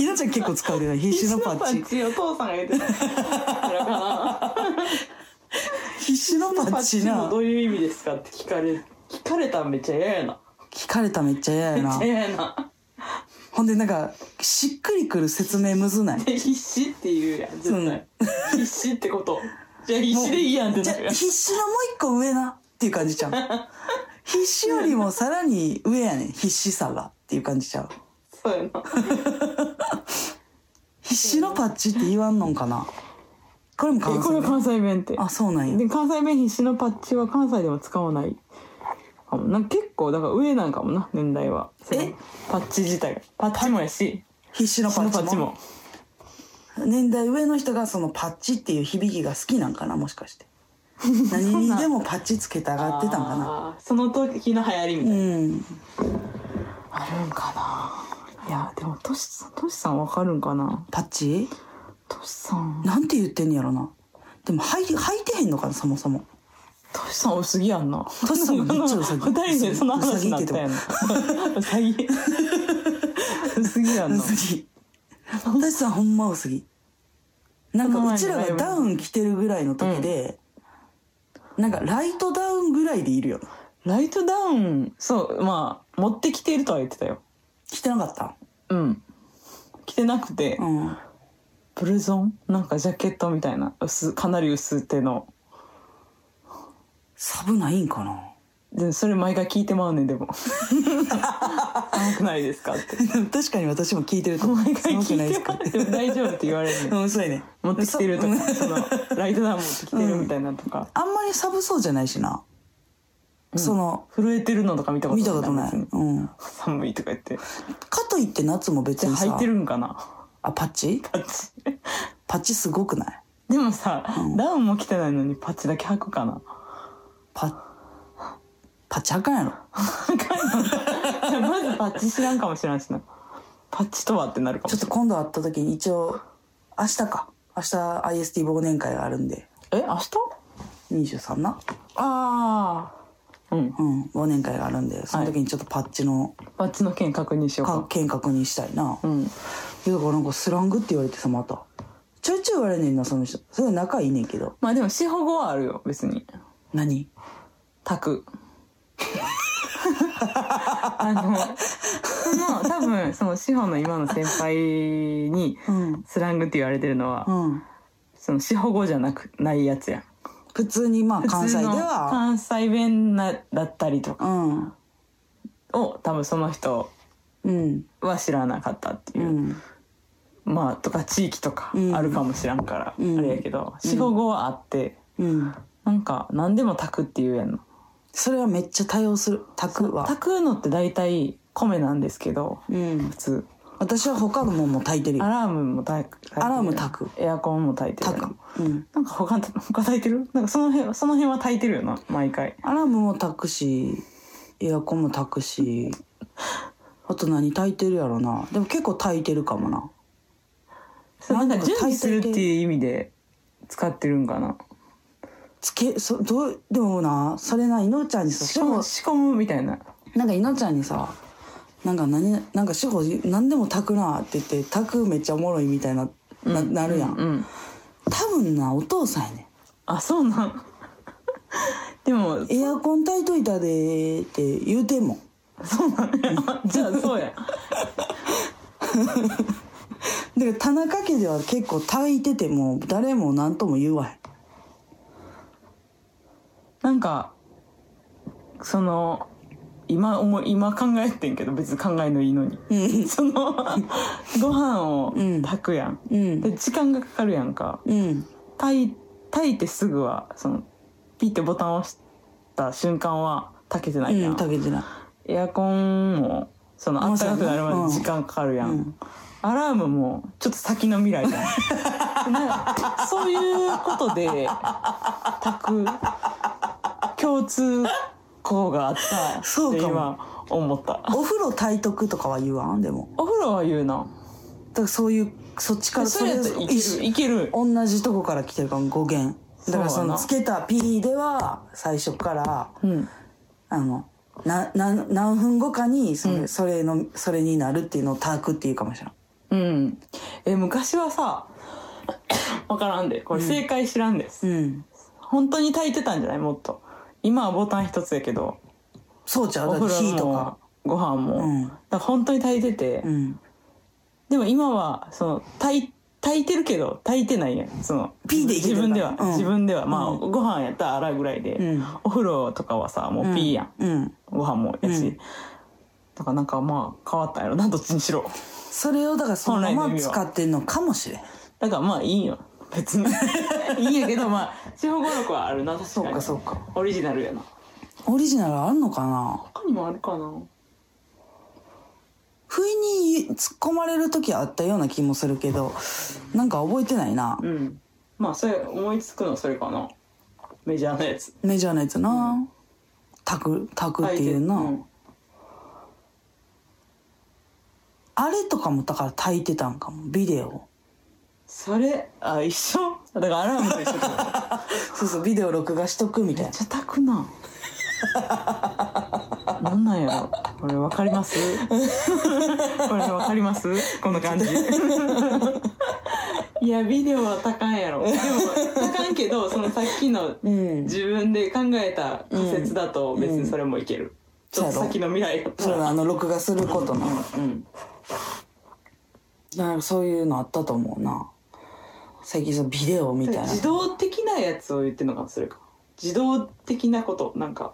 Speaker 1: 稲ちゃん結構使うでな必死のパッチ
Speaker 2: チお父さんが言ってたからか
Speaker 1: 必死のパ
Speaker 2: な
Speaker 1: ッチな
Speaker 2: どういう意味ですかって聞かれ聞かれたらめっちゃ嫌やな
Speaker 1: 聞かれたらめっちゃ嫌やな
Speaker 2: めっちゃ嫌やな
Speaker 1: ほんでなんかしっくりくる説明むずない
Speaker 2: で必死って言うやん絶対、必死ってことじゃあ必死でいいやんって
Speaker 1: じゃ
Speaker 2: なるやん
Speaker 1: 必死のもう一個上なっていう感 じちゃう必死よりもさらに上やねん必死さがっていう感じちゃう
Speaker 2: そうやな
Speaker 1: 必死のパッチって言わんのんかなこれも
Speaker 2: え
Speaker 1: 関
Speaker 2: こ
Speaker 1: 西
Speaker 2: れ
Speaker 1: 弁
Speaker 2: 関西弁って
Speaker 1: あそうなんや
Speaker 2: で関西弁必死のパッチは関西では使わないかもなんか結構だから上なんかもな年代は
Speaker 1: え
Speaker 2: パッチ自体がパッチもやし
Speaker 1: 必死の
Speaker 2: 必死
Speaker 1: パ
Speaker 2: の
Speaker 1: ッ
Speaker 2: パッ
Speaker 1: チ
Speaker 2: チ
Speaker 1: も
Speaker 2: も
Speaker 1: 年代上の人がそのパッチっていう響きが好きなんかなもしかして 何にでもパッチつけたがってたんかな
Speaker 2: あーその時の流行りみ
Speaker 1: う
Speaker 2: たいな、
Speaker 1: ん
Speaker 2: あるんかないやでもトシさんトシさんわかるんかな
Speaker 1: パッチ
Speaker 2: トシさん
Speaker 1: なんて言ってんやろなでも履い履いてへんのかなそもそも
Speaker 2: トシさん薄着やんな
Speaker 1: トシさんめっちゃ薄着
Speaker 2: 二人でその話になったやんなう さぎ薄着やんな
Speaker 1: 薄着私さんほんま薄着なん
Speaker 2: この
Speaker 1: かう
Speaker 2: 前の
Speaker 1: ちら
Speaker 2: ライブ
Speaker 1: がダウン着てるぐらいの時で、なんかライトダウンぐらいでいるよな
Speaker 2: ライトダウンそうまあ持ってきているとは言ってたよ
Speaker 1: 着てなかった
Speaker 2: うん着てなくて、
Speaker 1: うん
Speaker 2: ブルゾンなんかジャケットみたいな薄かなり薄手の
Speaker 1: サブないんかな
Speaker 2: でそれ毎回聞いてまうねんでも寒くないですかって
Speaker 1: 確かに私も聞いてると思う
Speaker 2: 毎回
Speaker 1: 寒くない
Speaker 2: 聞い
Speaker 1: です
Speaker 2: てま
Speaker 1: か
Speaker 2: うねんでも大丈夫って言わ れるねん
Speaker 1: うんそうやね
Speaker 2: 持ってきてると
Speaker 1: う
Speaker 2: か
Speaker 1: ん
Speaker 2: そのライトダウン持ってきてるみたいなとか、
Speaker 1: あんまり寒そうじゃないしな、その
Speaker 2: 震えてるのとか見たこと
Speaker 1: 見たことない、
Speaker 2: 別に
Speaker 1: うん、か
Speaker 2: 寒いとか言って
Speaker 1: といって夏も別
Speaker 2: じゃあ
Speaker 1: にさ
Speaker 2: 履いてるんかな
Speaker 1: あパッチ
Speaker 2: パッチ
Speaker 1: パッチすごくない
Speaker 2: でもさ、
Speaker 1: うん
Speaker 2: ダウンも着てないのにパッチだけ履く かな
Speaker 1: パッパッチあかんやろ
Speaker 2: じゃあまずパッチ知らんかもしれんしなパッチとはってなるか
Speaker 1: ち
Speaker 2: も
Speaker 1: ょっ
Speaker 2: し
Speaker 1: と今度会った時に一応明日か明日 IST 忘年会があるんで
Speaker 2: れんえ明日
Speaker 1: 23な
Speaker 2: ああうん
Speaker 1: うん忘年会があるんでその時にちょっとパッチの
Speaker 2: パッチの件確認しよう
Speaker 1: か
Speaker 2: か
Speaker 1: 件確認したいな、
Speaker 2: うん
Speaker 1: いやだからなんかスラングって言われてさまたちょいちょい言われんねんなその人すごい仲いいねんけど
Speaker 2: まあでも死保語はあるよ別に
Speaker 1: 何
Speaker 2: タクあのその多分その志保の今の先輩に
Speaker 1: うん
Speaker 2: スラングって言われてるのは、
Speaker 1: うん
Speaker 2: その志保語じゃなくないやつやん
Speaker 1: 普通にまあ関西で
Speaker 2: 普通の
Speaker 1: は
Speaker 2: 関西弁なだったりと
Speaker 1: う
Speaker 2: か
Speaker 1: ん
Speaker 2: を多分その人
Speaker 1: うん
Speaker 2: は知らなかったって
Speaker 1: う
Speaker 2: いう、
Speaker 1: ん
Speaker 2: まあとか地域とか
Speaker 1: うん
Speaker 2: あるかもしらんから、
Speaker 1: うん
Speaker 2: あれやけど志保語はあって、
Speaker 1: うん
Speaker 2: なんか何でもタクって言うやんの
Speaker 1: それはめっちゃ対応するタクは
Speaker 2: 炊くのって大体米なんですけど
Speaker 1: うん
Speaker 2: 普通
Speaker 1: 私は他のもんも炊いてる
Speaker 2: ア
Speaker 1: よ
Speaker 2: ラームも炊いてる
Speaker 1: アラーム炊く
Speaker 2: エアコンも炊いてる
Speaker 1: 炊
Speaker 2: な
Speaker 1: く、うん、
Speaker 2: なんか他他炊いてるなんかその辺はその辺は炊いてるよな毎回
Speaker 1: アラームも炊くしエアコンも炊くしあと何炊いてるやろなでも結構炊いてるかもな
Speaker 2: そうなんか準備するって
Speaker 1: 炊いて
Speaker 2: いう意味で使ってるんかな
Speaker 1: つけそどうでもなそれないのちゃんにさ
Speaker 2: 仕込む仕込むみたいな
Speaker 1: なんかいのちゃんにさなんか何なんか志保何でも炊くなって言って炊くめっちゃおもろいみたいなな,、なるやん、
Speaker 2: うんうん
Speaker 1: 多分なお父さんやね
Speaker 2: あそうなん でも
Speaker 1: んエアコン炊いといたでーって言うてんもん
Speaker 2: そうなんやあじゃあそうや
Speaker 1: だから田中家では結構炊いてても誰も何とも言わへん
Speaker 2: なんかその今思い今考えてんけど別に考えのいいのに
Speaker 1: うん
Speaker 2: そのご飯を炊くやん、
Speaker 1: うん
Speaker 2: で時間がかかるやんか
Speaker 1: うん
Speaker 2: 炊い炊いてすぐはそのピッてボタンを押した瞬間は炊けてないや
Speaker 1: うん
Speaker 2: ん、
Speaker 1: 炊けてない
Speaker 2: エアコンもそのあ
Speaker 1: も
Speaker 2: っ
Speaker 1: うそう
Speaker 2: た
Speaker 1: や
Speaker 2: か
Speaker 1: な
Speaker 2: くなるまで時間かかるやん、
Speaker 1: うん
Speaker 2: アラームもちょっと先の未来 やんなんかそういうことで炊く共通項があったって
Speaker 1: そうかも
Speaker 2: 今思った
Speaker 1: お風呂炊いとくとかは言わんでも
Speaker 2: お風呂は言うな
Speaker 1: だからそういうそっちから
Speaker 2: それやったらいけ
Speaker 1: 一緒
Speaker 2: るいける
Speaker 1: 同じとこから来てるかも語源だからそのつ
Speaker 2: そう
Speaker 1: けた P では最初から
Speaker 2: うん
Speaker 1: あのなな何分後かにそれ,、それのそれになるっていうのを炊くっていうかもしれない
Speaker 2: うんえ昔はさ わからんでこれ正解知らんです、
Speaker 1: うん
Speaker 2: 本当に炊いてたんじゃないもっと今はボタン一つやけど
Speaker 1: そうちゃ
Speaker 2: お
Speaker 1: うだって
Speaker 2: 風
Speaker 1: 火
Speaker 2: 呂
Speaker 1: とか
Speaker 2: もご飯も、
Speaker 1: うん
Speaker 2: だから本当に炊いてて、
Speaker 1: うん
Speaker 2: でも今はその炊い炊いてるけど炊いてないやんその
Speaker 1: ピーでいけて
Speaker 2: 自
Speaker 1: るから
Speaker 2: 分で
Speaker 1: う
Speaker 2: は、
Speaker 1: ん
Speaker 2: 自分ではまあ、
Speaker 1: う
Speaker 2: ご飯やったら洗うぐらいで、
Speaker 1: うん
Speaker 2: お風呂とかはさもうピーやん、
Speaker 1: うん
Speaker 2: ご飯もやし、
Speaker 1: うん
Speaker 2: だからなんかまあ変わったんやろなどっちにしろ
Speaker 1: それをだからそのまま使ってんのかもしれん
Speaker 2: だからまあいいよ別 にいいんやけどまあ地方語録はあるな確かに
Speaker 1: そうかそうか
Speaker 2: オリジナルやな
Speaker 1: オリジナルあんのかな
Speaker 2: 他にもあるかな
Speaker 1: 不意に突っ込まれる時あったような気もするけどなんか覚えてないな
Speaker 2: うんまあそれ思いつくのそれかなメジャーなやつ
Speaker 1: メジャーなやつな炊く炊くっていうな、
Speaker 2: うん
Speaker 1: あれとかもだから炊いてたんかもビデオ
Speaker 2: それあ一緒だからアラームと一緒って こと
Speaker 1: そうそうビデオ録画しとくみたい
Speaker 2: め
Speaker 1: な
Speaker 2: っちゃ炊 くななんなんやろこれわかりますこれわかりますこの感 じいやビデオは炊かんやろでも炊かんけどそのさっきの
Speaker 1: うん
Speaker 2: 自分で考えた仮説だと別にそれもいける、ちょっと先の未来やった
Speaker 1: それ
Speaker 2: ら
Speaker 1: はあの録画することの
Speaker 2: うん
Speaker 1: なんかそういうのあったと思うな最近そのビデオみたいな
Speaker 2: 自動的なやつを言ってるのかもそれか自動的なことなんか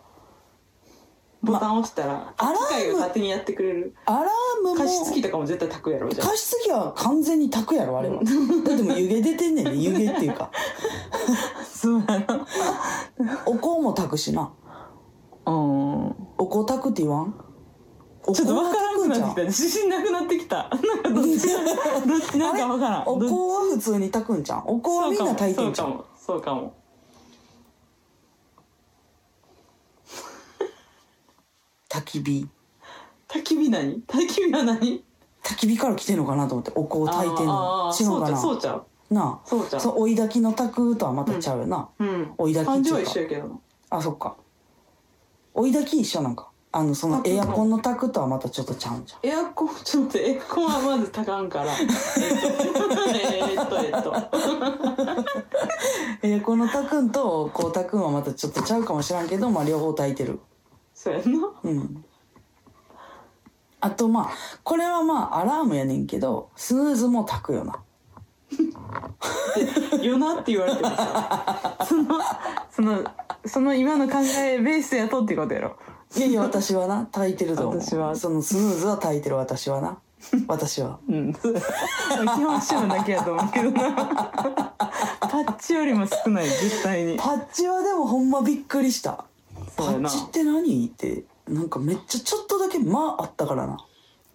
Speaker 2: ボタン押したら、
Speaker 1: まあ
Speaker 2: 機械
Speaker 1: アラーム
Speaker 2: が勝手にやってくれる
Speaker 1: アラームも
Speaker 2: 加湿器
Speaker 1: 加
Speaker 2: とかも絶対炊くやろじゃあ
Speaker 1: 湿器は完全に炊くやろあれはだってもう湯気出てんねんで湯気っていうか
Speaker 2: そうやな
Speaker 1: お香も炊くしな
Speaker 2: うん
Speaker 1: お香炊くって言わんお
Speaker 2: ちょ
Speaker 1: 香
Speaker 2: っとわからんくなって
Speaker 1: は
Speaker 2: きた自信なくなってき たなんかどっちがどっちなんかわからん
Speaker 1: お香
Speaker 2: どっ
Speaker 1: は普通に炊くんじゃんお香はみんな炊いてんじゃん
Speaker 2: そうかも
Speaker 1: 焚き火
Speaker 2: 焚き火何焚き火は何
Speaker 1: 焚き火から来てんのかなと思ってお香を炊いてん
Speaker 2: あ
Speaker 1: の
Speaker 2: ー
Speaker 1: 違
Speaker 2: そうう
Speaker 1: か
Speaker 2: ちゃ
Speaker 1: な
Speaker 2: そうちゃう
Speaker 1: なあ
Speaker 2: そうちゃ
Speaker 1: そうう追い炊きの炊くとはまたちゃうよな、
Speaker 2: うん
Speaker 1: 追い焚き
Speaker 2: 感
Speaker 1: っていうか
Speaker 2: 情は一緒やけどな
Speaker 1: あそっか追い炊き一緒なんかあのその
Speaker 2: 炊く
Speaker 1: エ
Speaker 2: の
Speaker 1: アコンの炊くとはまたちょっとちゃうんじゃん
Speaker 2: エアコンちょっと待ってエアコンはまず炊かんからえっとえっとえっと
Speaker 1: エアコンの炊くんとこう炊くんはまたちょっとちゃうかもしらんけどまあ両方炊いてる
Speaker 2: そうやな
Speaker 1: うんあとまあこれはまあアラームやねんけどスヌーズも炊くよな
Speaker 2: よなって言われてもさそのそのその今の考えベースやとっていうことやろ
Speaker 1: いやいや私はな炊いてると思う
Speaker 2: 私は
Speaker 1: そのスヌーズは炊いてる私はな私は
Speaker 2: うん、基本シだけやと思うけどなパッチよりも少ない絶対に
Speaker 1: パッチはでもほんまびっくりした
Speaker 2: そう
Speaker 1: パ
Speaker 2: や
Speaker 1: ッ
Speaker 2: な
Speaker 1: チって何ってなんかめっちゃちょっとだけ間あったからな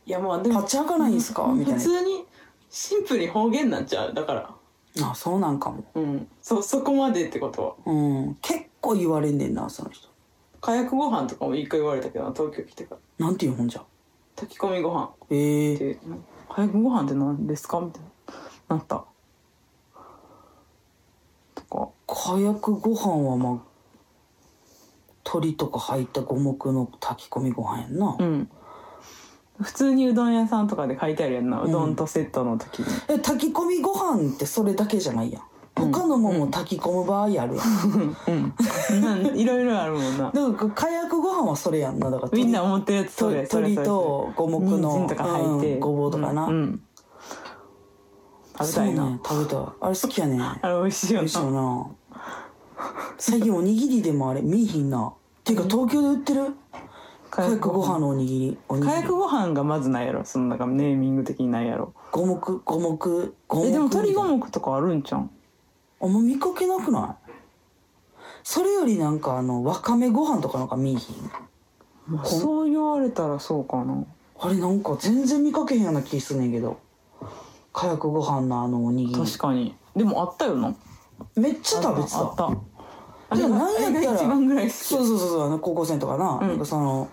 Speaker 2: いやまあでも
Speaker 1: 立ち上がないんすかみたい
Speaker 2: 普
Speaker 1: な
Speaker 2: 通にシンプルに方言なんちゃうだから
Speaker 1: あそうなんかも
Speaker 2: うんそそこまでってことは
Speaker 1: うん結構言われんねんなその人
Speaker 2: 火薬ご飯とかも一回言われたけどな東京来てから
Speaker 1: なんて言うほんじゃ
Speaker 2: 炊き込みご飯
Speaker 1: ええ
Speaker 2: っていう
Speaker 3: 早くご飯って何ですかみたいななったとか
Speaker 1: 火薬ご飯はまあ鶏とか入った五目の炊き込みご飯やんな、
Speaker 3: うん
Speaker 2: 普通にうどん屋さんとかで書いてあるやんな、う
Speaker 1: うん
Speaker 2: どんとセットの時に
Speaker 1: え炊き込みご飯ってそれだけじゃないやん他のもんも炊き込む場合あるやん、
Speaker 2: うんなんいろいろあるもんな
Speaker 1: だから火薬ご飯はそれやんなだから
Speaker 2: みんな思ってるやつそ
Speaker 1: 鳥
Speaker 2: れそれ
Speaker 1: 鳥
Speaker 2: それそ
Speaker 1: と五目
Speaker 2: れ人
Speaker 1: の
Speaker 2: 参とか入って、
Speaker 1: うんごぼうとかな、
Speaker 2: うんうん食べ
Speaker 1: そ
Speaker 2: た
Speaker 1: う
Speaker 2: いな、
Speaker 1: ね食べたいあれ好きやね
Speaker 2: あれ美味しい
Speaker 1: 美
Speaker 2: よな
Speaker 1: 味しいよな最近おにぎりでもあれ見えひんなっていうか東京で売ってる
Speaker 2: 火
Speaker 1: 火薬ご飯
Speaker 2: 飯
Speaker 1: のおにぎりおにぎ
Speaker 2: 火
Speaker 1: り
Speaker 2: 薬ご飯がまずないやろそのなんかネーミング的にないやろ
Speaker 1: 五目五目五目
Speaker 2: えでも
Speaker 1: みたい
Speaker 2: 鶏
Speaker 1: な
Speaker 2: 五目とかあるんじゃん
Speaker 1: あんま見かけなくないそれよりなんかあのわかめご飯とかなんか見えひん
Speaker 2: まあ
Speaker 1: こん
Speaker 2: そう言われたらそうかな
Speaker 1: あれなんか全然見かけへんような気すんねんけど火薬ご飯のあのおにぎり
Speaker 2: 確かにでもあったよな
Speaker 1: めっちゃ食べて
Speaker 2: あった
Speaker 1: た
Speaker 2: あった
Speaker 1: じゃあ何やったら
Speaker 2: あれが一番ぐらい好き
Speaker 1: そうそうそうそうあの高校生とかな,、
Speaker 2: うん
Speaker 1: なんかその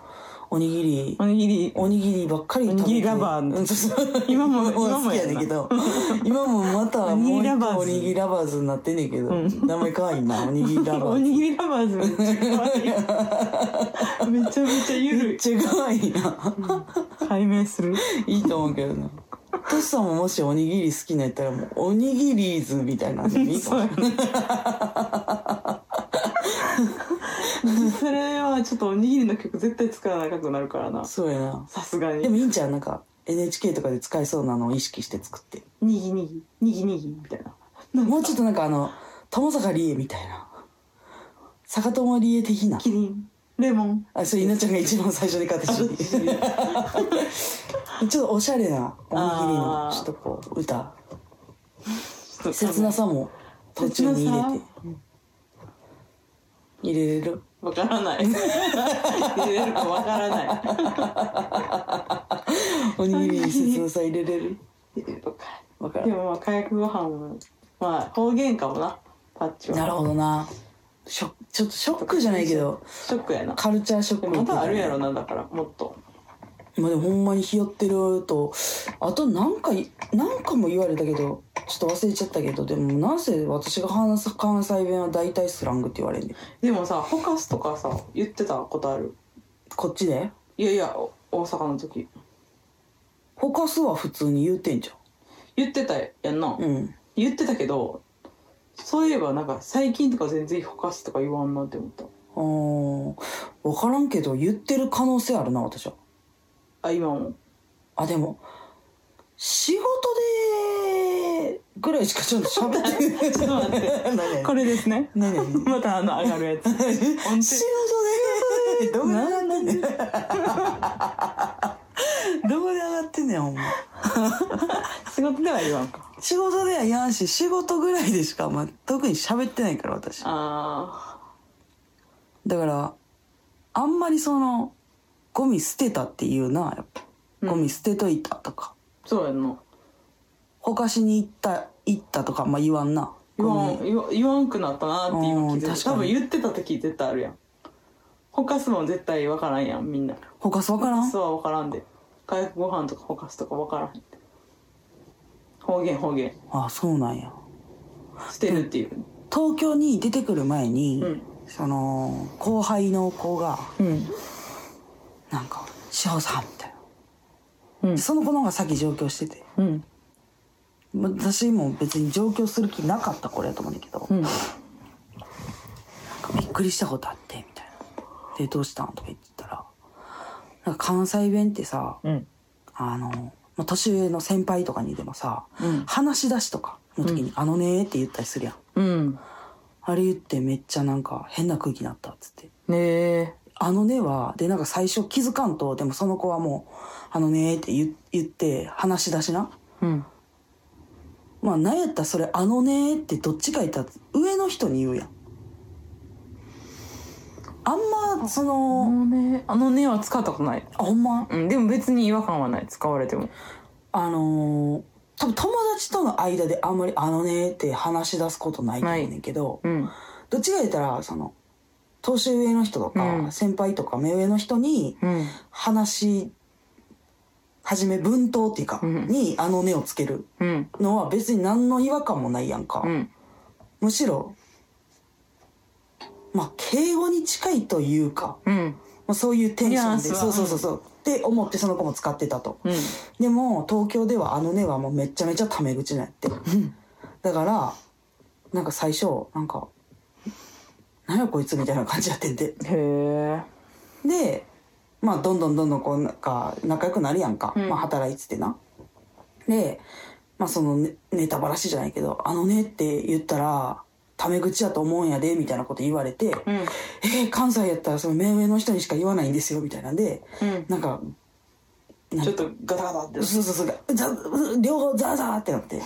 Speaker 1: おにぎり
Speaker 2: おにぎり
Speaker 1: おにぎりばっかり食べて
Speaker 2: おにぎりラバーの
Speaker 1: うんそうそう
Speaker 2: 今も
Speaker 1: 今も好
Speaker 2: 今も
Speaker 1: きや
Speaker 2: や
Speaker 1: ね
Speaker 2: ね
Speaker 1: ん
Speaker 2: ん
Speaker 1: け
Speaker 2: けど
Speaker 1: ど今もまた
Speaker 2: おにぎり
Speaker 1: もう一
Speaker 2: ラバー
Speaker 1: 個お
Speaker 2: ズ
Speaker 1: にぎりラバーズになってんねんけど、
Speaker 2: うん
Speaker 1: 名前可愛いなおにぎりラバー
Speaker 2: お
Speaker 1: ズ
Speaker 2: にぎりラバーズめっちゃ可愛いめちゃめちゃゆる
Speaker 1: めっ
Speaker 2: い
Speaker 1: ちゃ可愛いな
Speaker 2: 解明する
Speaker 1: いいと思うけどなトシさんももしおにぎり好きなんやったらもうおにぎりーズみたいなんでもいいか
Speaker 2: そう
Speaker 1: も
Speaker 2: やなそれはちょっとおにぎりの曲絶対使わなくなるからな
Speaker 1: そうやな
Speaker 2: さすがに
Speaker 1: でもいいんちゃうなんか NHK とかで使えそうなのを意識して作って
Speaker 2: にぎにぎにぎにぎみたいな
Speaker 1: もうちょっとなんかあの友坂理恵みたいな坂友理恵的な
Speaker 2: キリンレモン
Speaker 1: あそれ稲ちゃんが一番最初に買った CD ちょっとおしゃれなおにぎりの
Speaker 2: あー
Speaker 1: ちょっとこう歌
Speaker 2: ちょっと
Speaker 1: 切なさも途中に入れて入れれる
Speaker 2: わからない入れるかわからない
Speaker 1: おにぎりに切なさ入れれるわから
Speaker 2: で
Speaker 1: ん
Speaker 2: もまあ火薬ご飯もまあ方言かもなパッチは
Speaker 1: なるほどなショックちょっとショックじゃないけど
Speaker 2: ショックやな
Speaker 1: カルチャーショッ
Speaker 2: で
Speaker 1: ク
Speaker 2: もまたあるやろなだからもっと
Speaker 1: まあでもほんまにひよってるとあとなんかいなんかも言われたけどちょっと忘れちゃったけどでもなんせ私が話す関西弁は大体スラングって言われるねん
Speaker 2: でもさほかすとかさ言ってたことある
Speaker 1: こっちで
Speaker 2: いやいやお大阪の時
Speaker 1: ほかすは普通に言うてんじ
Speaker 2: 言ってたやんな、
Speaker 1: ゃんうん
Speaker 2: 言ってたけどそういえばなんか最近とか全然ほかすとか言わんなって思った
Speaker 1: あー分からんけど言ってる可能性あるな私は
Speaker 2: あ今も
Speaker 1: あでも仕事でぐらいしかちょっと喋 ってない
Speaker 2: ちょっと待って
Speaker 1: 何々
Speaker 2: これですね
Speaker 1: 何々
Speaker 2: またあの上がるやつ音
Speaker 1: 仕事
Speaker 2: 程
Speaker 1: でどこで上がってんねんどこで上がってんねんほんま
Speaker 2: 仕事では言わんか
Speaker 1: 仕事ではやんし仕事ぐらいでしか、まあ、特に喋ってないから私
Speaker 2: あ
Speaker 1: だからあんまりそのゴミ捨てたっていうなやっぱ、
Speaker 2: うん
Speaker 1: ゴミ捨てといたとか
Speaker 2: あそうやんな
Speaker 1: ほかしに行った行ったとか、まあ、言わんな
Speaker 2: 言わん言わ言わんくなったなって今聞いて
Speaker 1: うん確
Speaker 2: る
Speaker 1: かに
Speaker 2: 多分言ってた時絶対あるやんほかすもん絶対分からんやんみんな
Speaker 1: ほかすわからん
Speaker 2: そうは分からんで火薬ご飯とかほかすとか分からんって方言方言
Speaker 1: あそうなんや
Speaker 2: 捨てるっていう
Speaker 1: 東京に出てくる前に、
Speaker 2: うん
Speaker 1: その後輩の子が
Speaker 2: うん
Speaker 1: なんか「志保さん」みたいな、
Speaker 2: う
Speaker 1: で
Speaker 2: ん
Speaker 1: その子の方が先上京してて
Speaker 2: うん
Speaker 1: 私も別に上京する気なかったこれやと思うんだけど、
Speaker 2: うん
Speaker 1: なんかびっくりしたことあってみたいな「でどうしたん?」とか言ってたらなんか関西弁ってさ
Speaker 2: うん
Speaker 1: あの、まあ、年上の先輩とかにでもさ、
Speaker 2: うん
Speaker 1: 話し出しとかの時に「あのね」って言ったりするやん
Speaker 2: うん
Speaker 1: あれ言ってめっちゃなんか変な空気になったっつって
Speaker 2: ねえ
Speaker 1: 「あのねは」でなんか最初気づかんとでもその子はもう「あのね」って言言って話し出しな
Speaker 2: うん
Speaker 1: まあなんやったらそれ「あのね」ってどっちか言ったら上の人に言うやんあんまそ
Speaker 2: あ
Speaker 1: の
Speaker 2: のねあのねは使ったことない、
Speaker 1: あほんま
Speaker 2: うん、でも別に違和感はない使われても
Speaker 1: あのー多分友達との間であんまり「あのね」って話し出すことないと思うねんけど、
Speaker 2: うん
Speaker 1: どっちか言ったらその年上の人とか、
Speaker 2: うん
Speaker 1: 先輩とか目上の人に
Speaker 2: うん
Speaker 1: 話し始め文頭っていうか、
Speaker 2: うん
Speaker 1: に「あのね」をつける
Speaker 2: うん
Speaker 1: のは別に何の違和感もないやんか、
Speaker 2: うん
Speaker 1: むしろまあ敬語に近いというか、
Speaker 2: うん
Speaker 1: まあ、そういうテンションで
Speaker 2: ニュアンスは
Speaker 1: そうそうそうそうって思ってその子も使ってたと。
Speaker 2: うん
Speaker 1: でも東京ではあのねはもうめちゃめちゃタメ口なんやってだからなんか最初なんか「何やこいつ」みたいな感じやってんで
Speaker 2: へ
Speaker 1: でまあどんどんどんどんこうなんか仲良くなるやんか、
Speaker 2: うん
Speaker 1: まあ、働いててなで、まあ、そのネネタばらしじゃないけど「あのね」って言ったらタメ口やと思うんやでみたいなこと言われて
Speaker 2: え
Speaker 1: 「えー関西やったらその目上の人にしか言わないんですよ」みたいなんで
Speaker 2: うんうん
Speaker 1: なんか
Speaker 4: ちょっとガタガタって
Speaker 1: そうそうそうザ両方ザーザーってなって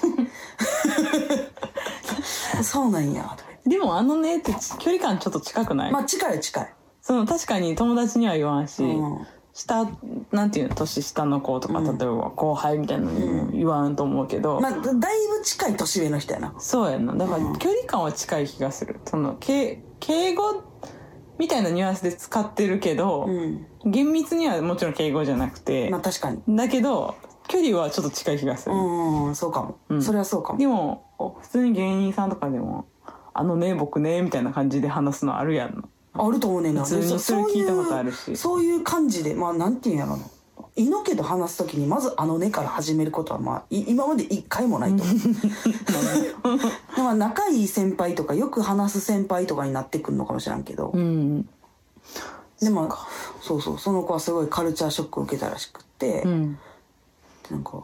Speaker 1: そうなんやとか言っ
Speaker 2: でもあのねって距離感ちょっと近くな
Speaker 1: て
Speaker 2: い、
Speaker 1: まあ近いは近い、
Speaker 2: その確かに友達には言わんし、
Speaker 1: うん
Speaker 2: 下なんていうの年下の子とか、
Speaker 1: うん
Speaker 2: 例えば後輩みたいなのにも言わんと思うけど、
Speaker 1: まあだいぶ近い年上の人やな
Speaker 2: そうやんなだから
Speaker 1: うん
Speaker 2: 距離感は近い気がするその敬敬語みたいなニュアンスで使ってるけど、
Speaker 1: うん
Speaker 2: 厳密にはもちろん敬語じゃなくて、
Speaker 1: まあ確かに
Speaker 2: だけど距離はちょっと近い気がす
Speaker 1: う
Speaker 2: る、
Speaker 1: んうんそうかも、
Speaker 2: うん
Speaker 1: それはそうかも
Speaker 2: でもお普通に芸人さんとかでも「あのね僕ね」みたいな感じで話すのあるやん
Speaker 1: あると思うねんな
Speaker 2: 普通にそれ聞いたことある
Speaker 1: そういう
Speaker 2: し
Speaker 1: そういう感じでまあなんていうんやろな猪木と話す時にまず「あのね」から始めることはまあい今まで一回も ないと思うでも仲いい先輩とかよく話す先輩とかになってくるのかもしらんけど、
Speaker 2: うん
Speaker 1: でもそうそうその子はすごいカルチャーショックを受けたらしくって、
Speaker 2: うん
Speaker 1: なんか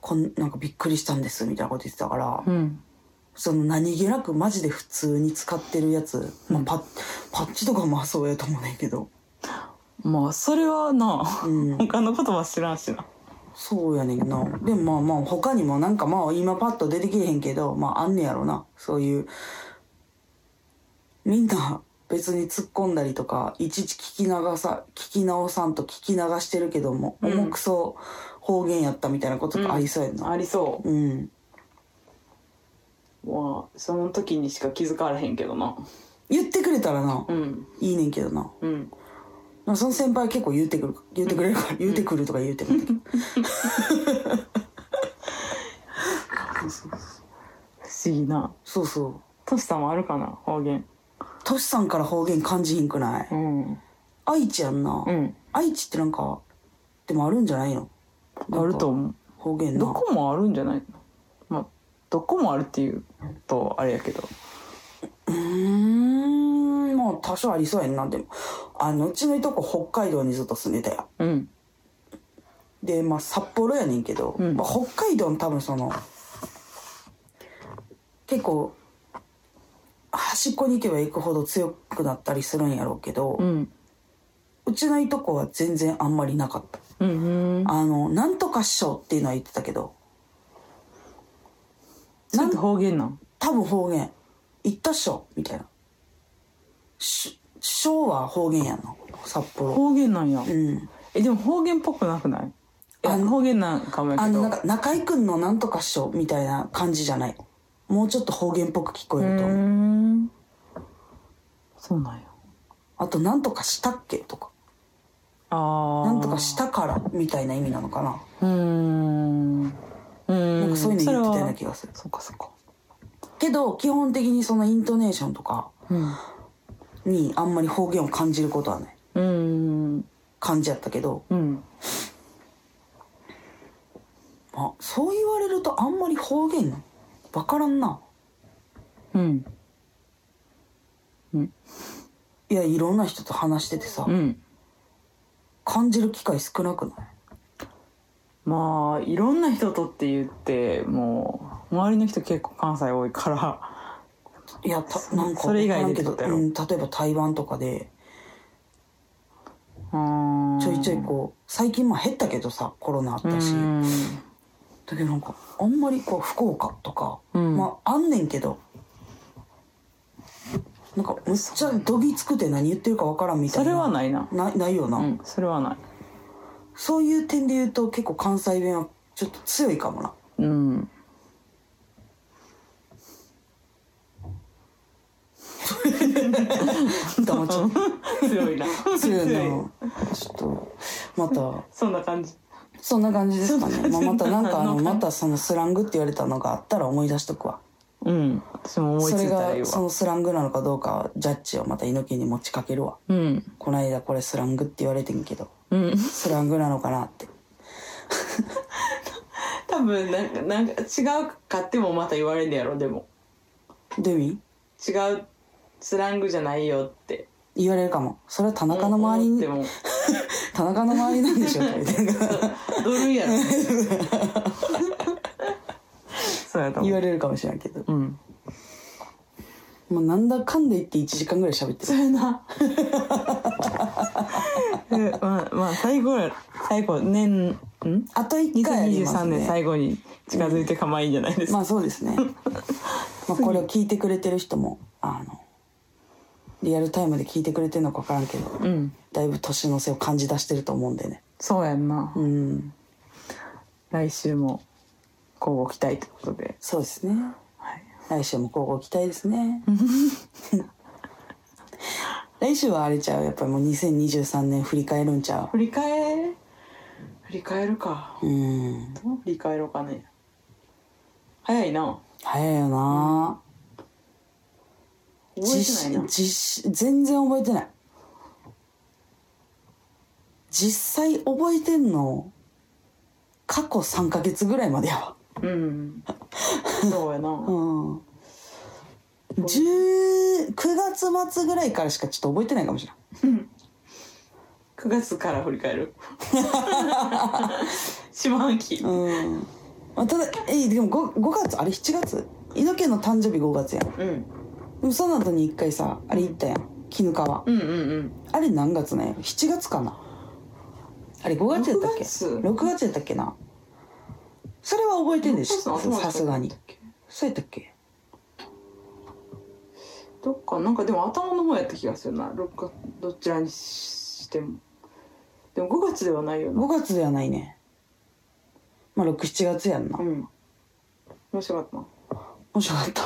Speaker 1: こんなんかびっくりしたんですみたいなこと言ってたから、
Speaker 2: うん
Speaker 1: その何気なくマジで普通に使ってるやつ、まあ、パッパッチとかもそうやと思うねんけど、
Speaker 2: まあそれはな、
Speaker 1: うん
Speaker 2: 他の言葉知らんしな
Speaker 1: そうやねんなでもまあまあ他にもなんかまあ今パッと出てけえへんけどまああんねやろなそういうみんな別に突っ込んだりとかいちいち聞き流さ聞き直さんと聞き流してるけども、
Speaker 2: うん
Speaker 1: 重くそ方言やったみたいなことがありそうやんな
Speaker 4: ありそ
Speaker 1: うん、
Speaker 4: うまあその時にしか気づかれへんけどな
Speaker 1: 言ってくれたらな、
Speaker 4: うん
Speaker 1: いいねんけどな
Speaker 4: うん
Speaker 1: まあその先輩結構言うてくる言うてくれるから、言うてくるとか言うてくるんだけ ど
Speaker 2: 不思議な
Speaker 1: そうそう
Speaker 2: トシさんもあるかな方言
Speaker 1: トシさんから方言感じひんくない、
Speaker 2: うん
Speaker 1: 愛知やんな、
Speaker 2: うん
Speaker 1: 愛知ってなんかでもあるんじゃないの
Speaker 2: あると思う
Speaker 1: 方言な
Speaker 2: どこもあるんじゃないのまあどこもあるっていうとあれやけど
Speaker 1: うーんまあ多少ありそうやんなでもあのうちのいとこ北海道にずっと住んでたや
Speaker 2: うん
Speaker 1: でまあ札幌やねんけど、
Speaker 2: うん
Speaker 1: まあ、北海道の多分その結構端っこに行けば行くほど強くなったりするんやろうけど、う
Speaker 2: うん
Speaker 1: ちのいとこは全然あんまりなかった
Speaker 2: うんうん
Speaker 1: あのなんとか師匠っていうのは言ってたけど
Speaker 2: それって方言なん
Speaker 1: 多分方言言ったっしょみたいなし昭和方言やんな札幌
Speaker 2: 方言なんや
Speaker 1: うん
Speaker 2: えでも方言っぽくなくないい
Speaker 1: あ
Speaker 2: や
Speaker 1: の
Speaker 2: 方言なんかもや
Speaker 1: あ
Speaker 2: け
Speaker 1: のな
Speaker 2: ど
Speaker 1: んか中居君のなんとかっしょみたいな感じじゃないもうちょっと方言っぽく聞こ
Speaker 2: う
Speaker 1: えると思う
Speaker 2: ーんそうなんや
Speaker 1: あとなんとかしたっけとか
Speaker 2: ああ
Speaker 1: なんとかしたからみたいな意味なのかな
Speaker 2: うーんうーん
Speaker 1: なんかそういうの言ってたような
Speaker 2: そ
Speaker 1: 気
Speaker 2: れは
Speaker 1: がする
Speaker 2: そっかそっか
Speaker 1: けど基本的にそのイントネーションとか
Speaker 2: うん
Speaker 1: にあんまり方言を感じることはない
Speaker 2: うん
Speaker 1: 感じやったけど
Speaker 2: うん
Speaker 1: あそう言われるとあんまり方言わからんな
Speaker 2: うん
Speaker 1: いやいろんな人と話しててさ、
Speaker 2: うん
Speaker 1: 感じる機会少なくない
Speaker 2: まあいろんな人とって言ってもう周りの人結構関西多いから
Speaker 1: いやたなんか
Speaker 2: それ以外で
Speaker 1: わからん
Speaker 2: ってこと
Speaker 1: け
Speaker 2: や
Speaker 1: ど、うん、例
Speaker 2: ろ
Speaker 1: えば台湾とかで
Speaker 2: うーん
Speaker 1: ちょいちょいこう最近まあ減ったけどさコロナあっ
Speaker 2: う
Speaker 1: たし
Speaker 2: ん
Speaker 1: だけどなんかあんまりこう福岡とか、
Speaker 2: うん
Speaker 1: まああんねんけどなんかむっちゃどぎつくて何言ってるかわからんみた
Speaker 2: そ
Speaker 1: いな
Speaker 2: れはないな
Speaker 1: ないないよな、
Speaker 2: うんそれはない
Speaker 1: そういう点で言うと結構関西弁はちょっと強いか もな
Speaker 2: うん
Speaker 1: って思っちゃう
Speaker 2: 強いな
Speaker 1: 強いなちょっとまた
Speaker 2: そんな感じ
Speaker 1: そんな感じですかね、まあ、またなんかあの
Speaker 2: そん な
Speaker 1: またそのスラングって言われたのがあったら思い出しとくわ
Speaker 2: うん私も思い
Speaker 1: そ
Speaker 2: つ
Speaker 1: れ
Speaker 2: いたらいい
Speaker 1: がそ
Speaker 2: わ
Speaker 1: のスラングなのかどうかはジャッジをまた猪木に持ちかけるわ
Speaker 2: うん
Speaker 1: この間これスラングって言われてんけど
Speaker 2: うん
Speaker 1: スラングなのかなって
Speaker 2: 多分なんかなんか違うかってもまた言われるんやろでも
Speaker 1: どういう意味
Speaker 2: 違うスラングじゃないよって
Speaker 1: 言われるかもそれは田中の周りに
Speaker 2: 思っても
Speaker 1: 田中の周りなん でしょうかみたいな
Speaker 2: ドルやろそうやと
Speaker 1: 言
Speaker 2: 思
Speaker 1: わ
Speaker 2: う
Speaker 1: れるかもしれんけど
Speaker 2: うん
Speaker 1: もうなんだかんだ言って1時間ぐらい喋って
Speaker 2: そ
Speaker 1: る
Speaker 2: うやなえまあまあ最後や最後年ん
Speaker 1: あと1回あります
Speaker 2: 2023
Speaker 1: ね
Speaker 2: 年最後に近づいてかまいいんじゃないですか、
Speaker 1: まあそうです ねまあこれを聞いてくれてる人もあのリアルタイムで聞いてくれてるのか分からんけど
Speaker 2: うん
Speaker 1: だいぶ年の瀬を感じ出してると思うんでね
Speaker 2: そうやんな、
Speaker 1: うん
Speaker 2: 来週もこうご期待ということで
Speaker 1: そうですね
Speaker 2: はい
Speaker 1: 来週も交互期待です ね来週はあれちゃうやっぱりもう2023年振り返るんちゃ
Speaker 2: 振り返振り返るか
Speaker 1: ううん
Speaker 2: どう振り返ろうかね早いな
Speaker 1: 早いよな
Speaker 2: 覚えてないな
Speaker 1: 実実全然覚えてない実際覚えてんの過去3ヶ月ぐらいまでやわ
Speaker 2: うんそうやな、
Speaker 1: うん10 9月末ぐらいからしかちょっと覚えてないかもしれない
Speaker 2: 9月から振り返 る四半期
Speaker 1: うんまあ、ただえでも 5, 5月あれ7月猪木の誕生日5月やんで
Speaker 2: うん
Speaker 1: もその後に1回さあれ行ったやん絹川
Speaker 2: うんうんうん
Speaker 1: あれ何月なんやろ7月かなあれ5月やったっけ
Speaker 2: 6月
Speaker 1: 6月やったっけなそれは覚えてんでし
Speaker 2: お
Speaker 1: ょ
Speaker 2: 父さんお父さん
Speaker 1: さすがにそうやったっけ
Speaker 2: どっかなんかでも頭の方やった気がするな6月どちらにしてもでも5月ではないよ
Speaker 1: 5
Speaker 2: な
Speaker 1: 月ではないねまあ67月やんな
Speaker 2: うん面白かっ
Speaker 1: 面白かった
Speaker 2: た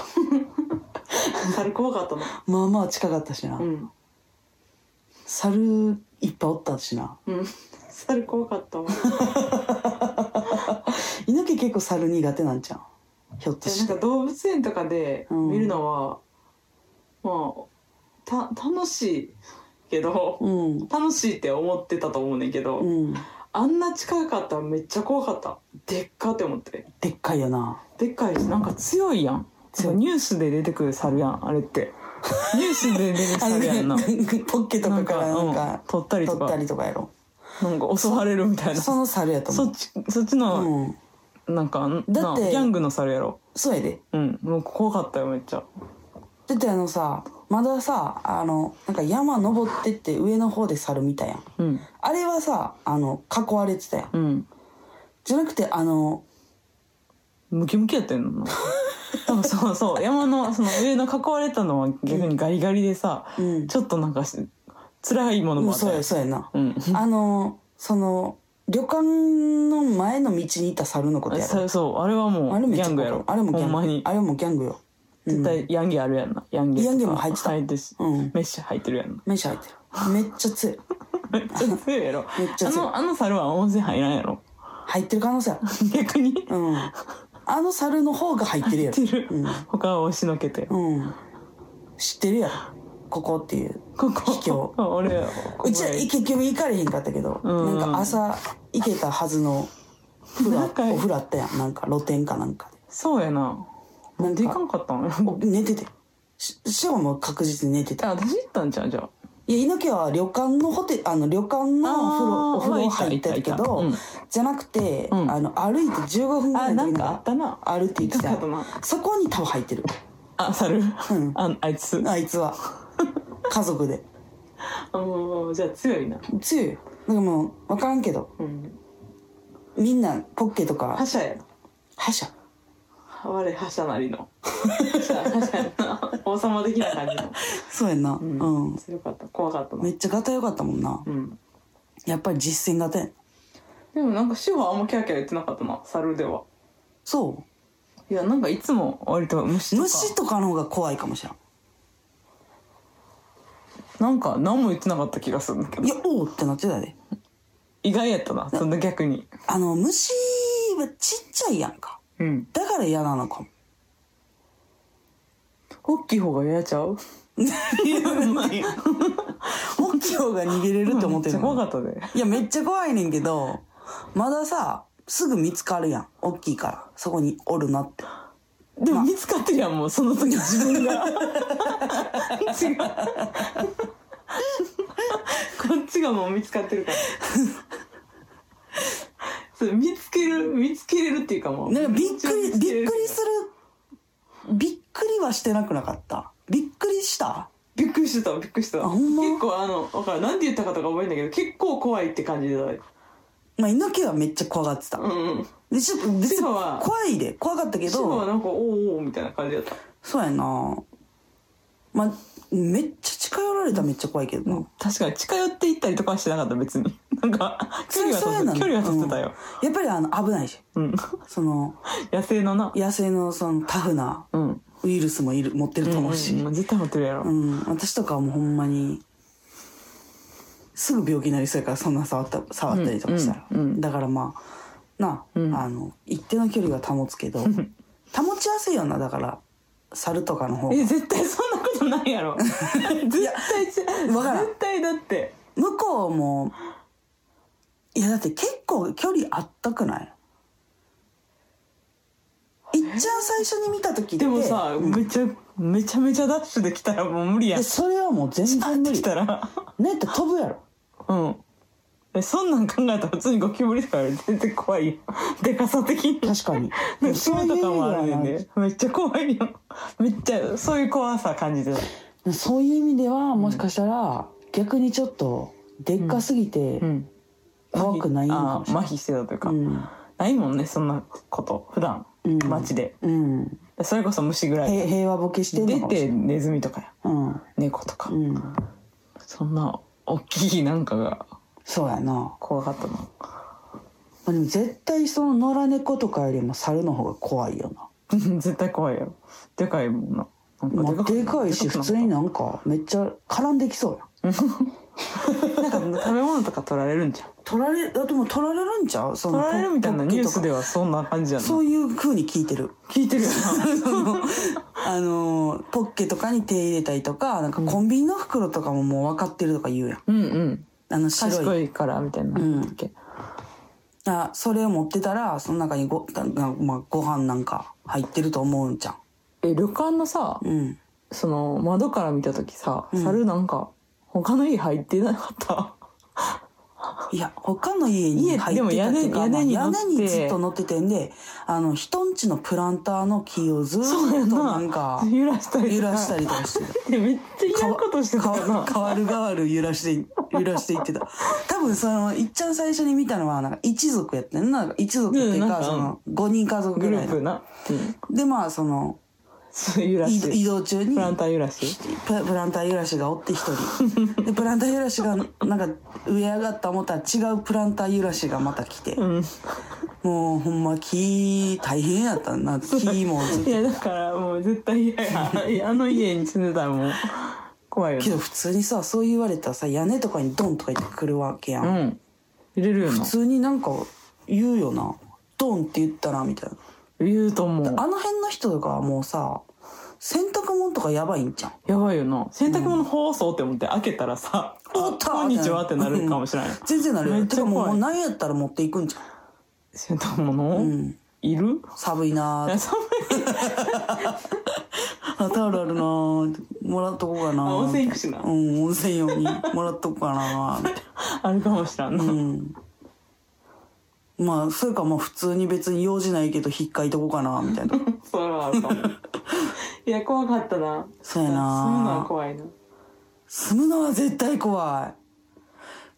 Speaker 2: な猿怖かったな
Speaker 1: まあまあ近かったしな、
Speaker 2: うん
Speaker 1: 猿いっぱいおったしな
Speaker 2: うん猿怖かったわ
Speaker 1: 猪木結構猿苦手なんじゃんひょっと
Speaker 2: でな
Speaker 1: し
Speaker 2: ん
Speaker 1: て
Speaker 2: か動物園とかで見るのは、まあた楽しいけど
Speaker 1: うん
Speaker 2: 楽しいって思ってたと思うねんけど、
Speaker 1: うん
Speaker 2: あんな近かったらめっちゃ怖かったでっかって思って
Speaker 1: でっかいよな
Speaker 2: でっかいしなんか強いやん
Speaker 1: 強い
Speaker 2: ニュースで出てくる猿やんあれってニュースで出てくる猿やん な
Speaker 1: ポッケとかからなん
Speaker 2: うん
Speaker 1: か
Speaker 2: 取ったりと
Speaker 1: 取
Speaker 2: か
Speaker 1: ったりとかやろ
Speaker 2: なんか襲われるみたいな
Speaker 1: そ
Speaker 2: そ
Speaker 1: の猿やと思
Speaker 2: っちそっち
Speaker 1: う
Speaker 2: の、
Speaker 1: うん
Speaker 2: なんかな
Speaker 1: だって
Speaker 2: ギャングの猿やろ
Speaker 1: そうやで
Speaker 2: うんもう怖かったよめっちゃ
Speaker 1: だってあのさまださあのなんか山登ってって上の方で猿見たやん
Speaker 2: うん
Speaker 1: あれはさあの囲われてたやん
Speaker 2: うん
Speaker 1: じゃなくてあの
Speaker 2: ムキムキやって んのな多分そうそう山のその上の囲われたのは逆にガリガリでさ、
Speaker 1: うん
Speaker 2: ちょっとなんかし辛いもの
Speaker 1: う
Speaker 2: も
Speaker 1: ん
Speaker 2: あった
Speaker 1: そう
Speaker 2: やん
Speaker 1: やそうやな
Speaker 2: うん
Speaker 1: あのその旅館の前の道に行った猿のことやろ
Speaker 2: そうそうあれはも
Speaker 1: あれ
Speaker 2: う
Speaker 1: めっ
Speaker 2: ギ
Speaker 1: ちゃ
Speaker 2: ャングやろ
Speaker 1: あれもギ
Speaker 2: ほんま
Speaker 1: ャン
Speaker 2: に
Speaker 1: グあれもギャングようん
Speaker 2: 絶対ヤンギあるやんなヤンギ
Speaker 1: ヤンゲも入ってた
Speaker 2: 入ってし、
Speaker 1: うん
Speaker 2: メッシュ入ってるやんな
Speaker 1: 目シ入ってるめっちゃ強い
Speaker 2: めっちゃ強いやろ
Speaker 1: めっちゃ強い
Speaker 2: あのあの猿は温泉入らんやろ
Speaker 1: 入ってる可能性ある
Speaker 2: 逆に
Speaker 1: うんあの猿の方が入ってるや
Speaker 2: 入
Speaker 1: ろ
Speaker 2: ってる、
Speaker 1: うん
Speaker 2: 他は押しのけて、
Speaker 1: うん知ってるやろここっていう
Speaker 2: ここ
Speaker 1: 卑怯
Speaker 2: 俺
Speaker 1: うちは結局行かれへんかったけど
Speaker 2: う
Speaker 1: なんんか朝行けたはずの風呂
Speaker 2: なんか
Speaker 1: お風呂あったやんなんか露天かなんか
Speaker 2: そうやな
Speaker 1: でなん
Speaker 2: でか
Speaker 1: か
Speaker 2: んかったの
Speaker 1: 寝ててしショーも確実に寝てた
Speaker 2: あ私行ったんちゃうじゃあ
Speaker 1: いや猪木は旅館のホテあの旅館のお風呂
Speaker 2: あー
Speaker 1: お風呂入ってるけ
Speaker 2: まあ
Speaker 1: ど
Speaker 2: いたいたいたうん
Speaker 1: じゃなくて、
Speaker 2: うん
Speaker 1: あの歩いて15分ぐら
Speaker 2: あ
Speaker 1: い
Speaker 2: な
Speaker 1: の
Speaker 2: ん
Speaker 1: 時
Speaker 2: かあったな
Speaker 1: あるって言ってたや
Speaker 2: なんかあっ
Speaker 1: んそこに多分入ってる
Speaker 2: あ猿、
Speaker 1: ん
Speaker 2: ああいつ
Speaker 1: あいつは 家族で
Speaker 2: あもうじゃあ強いな
Speaker 1: 強いよなんかもう分からんけど
Speaker 2: うん
Speaker 1: みんなポッケとか
Speaker 2: 覇者やな
Speaker 1: 覇者
Speaker 2: 我覇者な りの確かにな王様的な感じの
Speaker 1: そうやんな。
Speaker 2: うん
Speaker 1: うん。
Speaker 2: 強かった怖かったな
Speaker 1: めっちゃ型良かったもんな。
Speaker 2: うん
Speaker 1: やっぱり実践型やん。
Speaker 2: でもなんか志保あんまキャーキャー言ってなかったな猿では
Speaker 1: そ
Speaker 2: いやなんかいつも割と虫
Speaker 1: う。
Speaker 2: とか
Speaker 1: 虫とかの方が怖いかもしれん。
Speaker 2: なんか何も言ってなかった気がするんだけど
Speaker 1: いや、おーってなってたで。
Speaker 2: 意外やったなそんな逆に
Speaker 1: あの、虫はちっちゃいやんか。
Speaker 2: うん
Speaker 1: だから嫌なの かも。
Speaker 2: 大きい方が嫌ちゃう
Speaker 1: 大きい方が逃げれるって思ってる
Speaker 2: めっちゃ怖
Speaker 1: の
Speaker 2: か
Speaker 1: に。
Speaker 2: ったで
Speaker 1: いや、めっちゃ怖いねんけど、まださ、すぐ見つかるやん。大きいから。そこにおるなって。
Speaker 2: でも見つかってるやんもうその 時自分が 違うこっちがもう見つかってるからそう見つける見つけれるっていうかもう
Speaker 1: なんかびっくり、
Speaker 2: 見つけれ
Speaker 1: びっ
Speaker 2: る
Speaker 1: くりする、びっくりはしてなくなかった。びっくりした
Speaker 2: びっくりしてたびっくりしてた
Speaker 1: あほんま
Speaker 2: 結構あの分からんなんて言ったかとか覚えてないけど結構怖いって感じで
Speaker 1: まあ、猪木はめっちゃ怖がってた。
Speaker 2: うんうん
Speaker 1: で、ちょっと、別に
Speaker 2: シモは
Speaker 1: 怖いで、怖かったけ
Speaker 2: シモは
Speaker 1: ど、
Speaker 2: なんかおーおーみたいな感じだった
Speaker 1: そうやなまあ、めっちゃ近寄られたらめっちゃ怖いけどな。
Speaker 2: 確かに近寄っていったりとかはしてなかった別になんか距離は
Speaker 1: そうやな
Speaker 2: 取っ
Speaker 1: の
Speaker 2: て距離は取ってたよ、
Speaker 1: うんやっぱりあの、危ないし。
Speaker 2: うん、
Speaker 1: その、
Speaker 2: 野生のな
Speaker 1: 野生のそのタフな
Speaker 2: うん
Speaker 1: ウイルスもいる、持ってると思うし。
Speaker 2: んん絶対持ってるやろ、
Speaker 1: うん、私とかはもうほんまにすぐ病気になりそうやからそんな触った触ったりとかしたら、
Speaker 2: うんうんうん
Speaker 1: だからまあなあ,、
Speaker 2: うん
Speaker 1: の一定の距離は保つ けど保ちやすいよなだから猿とかの方
Speaker 2: え
Speaker 1: が
Speaker 2: 絶対そんなことないやろ絶対ち
Speaker 1: わからん
Speaker 2: 絶対だって
Speaker 1: 向こうもいやだって結構距離あったくないいっちゃん最初に見た時って
Speaker 2: でもさ、
Speaker 1: うん
Speaker 2: めちゃめちゃめちゃダッシュできたらもう無理や
Speaker 5: い
Speaker 2: ん
Speaker 5: やそれはもう全然無
Speaker 2: 来
Speaker 5: 理
Speaker 2: たら
Speaker 5: ねって飛ぶやろ
Speaker 2: うんえそんなん考えたら普通にゴキブリとかより全然怖いよ でかさ的に
Speaker 5: 確か に
Speaker 2: なんか爪とかもあるねん
Speaker 5: そういう意味では
Speaker 2: でめっちゃ怖いよめっちゃそういう怖さ感じてた
Speaker 5: そういう意味ではもしかしたら逆にちょっとでっかすぎて
Speaker 2: ん
Speaker 5: 怖くないのか
Speaker 2: あ
Speaker 5: もし
Speaker 2: ー麻痺してたというか、
Speaker 5: れない
Speaker 2: ないもんねそんなこと普段
Speaker 5: うん
Speaker 2: 街で、
Speaker 5: うんうん
Speaker 2: それこそ虫ぐらい
Speaker 5: へ平和ボケしてんの
Speaker 2: 出
Speaker 5: かもしれ
Speaker 2: て
Speaker 5: ない
Speaker 2: ネズミとかや
Speaker 5: うん
Speaker 2: 猫とか、
Speaker 5: うん
Speaker 2: そんな大きいなんかが
Speaker 5: そうやなま
Speaker 2: 怖かったな
Speaker 5: あでも絶対その野良猫とかよりも猿の方が怖いよな
Speaker 2: 絶対怖いよでかいもんななん
Speaker 5: まあでかいし
Speaker 2: で
Speaker 5: 普
Speaker 2: く
Speaker 5: 通になんかめっちゃ絡んできそうやん
Speaker 2: なんか食べ物とか取られるんじゃん
Speaker 1: 取られあでも取られるんちゃうそ
Speaker 2: 取られるみたいなニュース
Speaker 1: で
Speaker 2: ではそんな感じやな
Speaker 1: そういう風に聞いてる
Speaker 2: 聞いてるよ
Speaker 1: あのーポッケとかに手入れたりとかなんかコンビニの袋とかももう分かってるとか言うやん
Speaker 2: なうんうん
Speaker 1: あの白い
Speaker 2: 賢いからみたいな、
Speaker 1: うん
Speaker 2: だっけ
Speaker 1: あそれを持ってたらその中にごががまあ、ご飯なんか入ってると思うんじゃん
Speaker 2: え旅館のさ、
Speaker 1: うん
Speaker 2: その窓から見た時さ、
Speaker 1: うん
Speaker 2: 猿なんか他の家入ってなかった
Speaker 1: いや他の家に
Speaker 2: 家
Speaker 1: 入
Speaker 2: で
Speaker 1: っ
Speaker 2: も
Speaker 1: てた
Speaker 2: 屋
Speaker 1: っ
Speaker 2: 根
Speaker 1: ていうかまあ
Speaker 2: 屋根に乗
Speaker 1: 屋
Speaker 2: って
Speaker 1: 根にずっと乗っててんであの人んちのプランターの木をずっ
Speaker 2: そうや
Speaker 1: と
Speaker 2: な
Speaker 1: なんか
Speaker 2: 揺らしたりとか
Speaker 1: 揺らしたりとかしてた
Speaker 2: でめっちゃ嫌なことしてた
Speaker 1: か
Speaker 2: よな
Speaker 1: わ 変わる変わる揺らして揺らしていってた多分そのいっちゃん最初に見たのはなんか一族やってんななんか一族っていう
Speaker 2: うんな
Speaker 1: か,、
Speaker 2: んか
Speaker 1: その5人家族
Speaker 2: グ
Speaker 1: ぐ
Speaker 2: ル
Speaker 1: らい
Speaker 2: ー
Speaker 1: の
Speaker 2: プな、うん
Speaker 1: でまあその
Speaker 2: そう揺ら
Speaker 1: い
Speaker 2: し
Speaker 1: 移
Speaker 2: て
Speaker 1: 動中に
Speaker 2: プラン
Speaker 1: プ
Speaker 2: ター揺らし
Speaker 1: プランター揺らしがおって一 人でプランター揺らしがなんか上上がった思ったら違うプランター揺らしがまた来て、
Speaker 2: うん
Speaker 1: もうほんま木大変やったな木もずっ
Speaker 2: いやだからもう絶対嫌やいやあの家に住んでたらもう怖いよ
Speaker 1: とけ
Speaker 2: ね
Speaker 1: ど普通にさそう言われたらさ屋根とかにドンとか言ってくるわけやん、
Speaker 2: うん入れるよな
Speaker 1: 普通になんか言うよなドンって言ったなみたいな
Speaker 2: 言うと思う
Speaker 1: あの辺の人とかはもうさ洗濯物とかやばいんじゃん
Speaker 2: やばいよな洗濯物放送って思って開けたらさ「
Speaker 1: おった
Speaker 2: こんにちは」ってなるかもしれない
Speaker 1: 全然なる
Speaker 2: め
Speaker 1: よ
Speaker 2: っち
Speaker 1: て
Speaker 2: ゃ
Speaker 1: かもう
Speaker 2: 怖い
Speaker 1: もう何やったら持っていくんじゃ
Speaker 2: 洗濯
Speaker 1: んう
Speaker 2: 物
Speaker 1: ん
Speaker 2: いる
Speaker 1: 寒いなーって
Speaker 2: あ寒い
Speaker 1: あタオルあるなーもらっとこうかな
Speaker 2: あ温泉行くしな
Speaker 1: うん温泉用にもらっとこうかなーって
Speaker 2: あるかもしれんな、
Speaker 1: うんまあそれかまあ普通に別に用事ないけど引っかいとこうかなみ たいな
Speaker 2: それはあるかも いや怖かったな
Speaker 1: そうや
Speaker 2: そんなん
Speaker 1: なー
Speaker 2: 怖いな
Speaker 1: 住むのは絶対怖い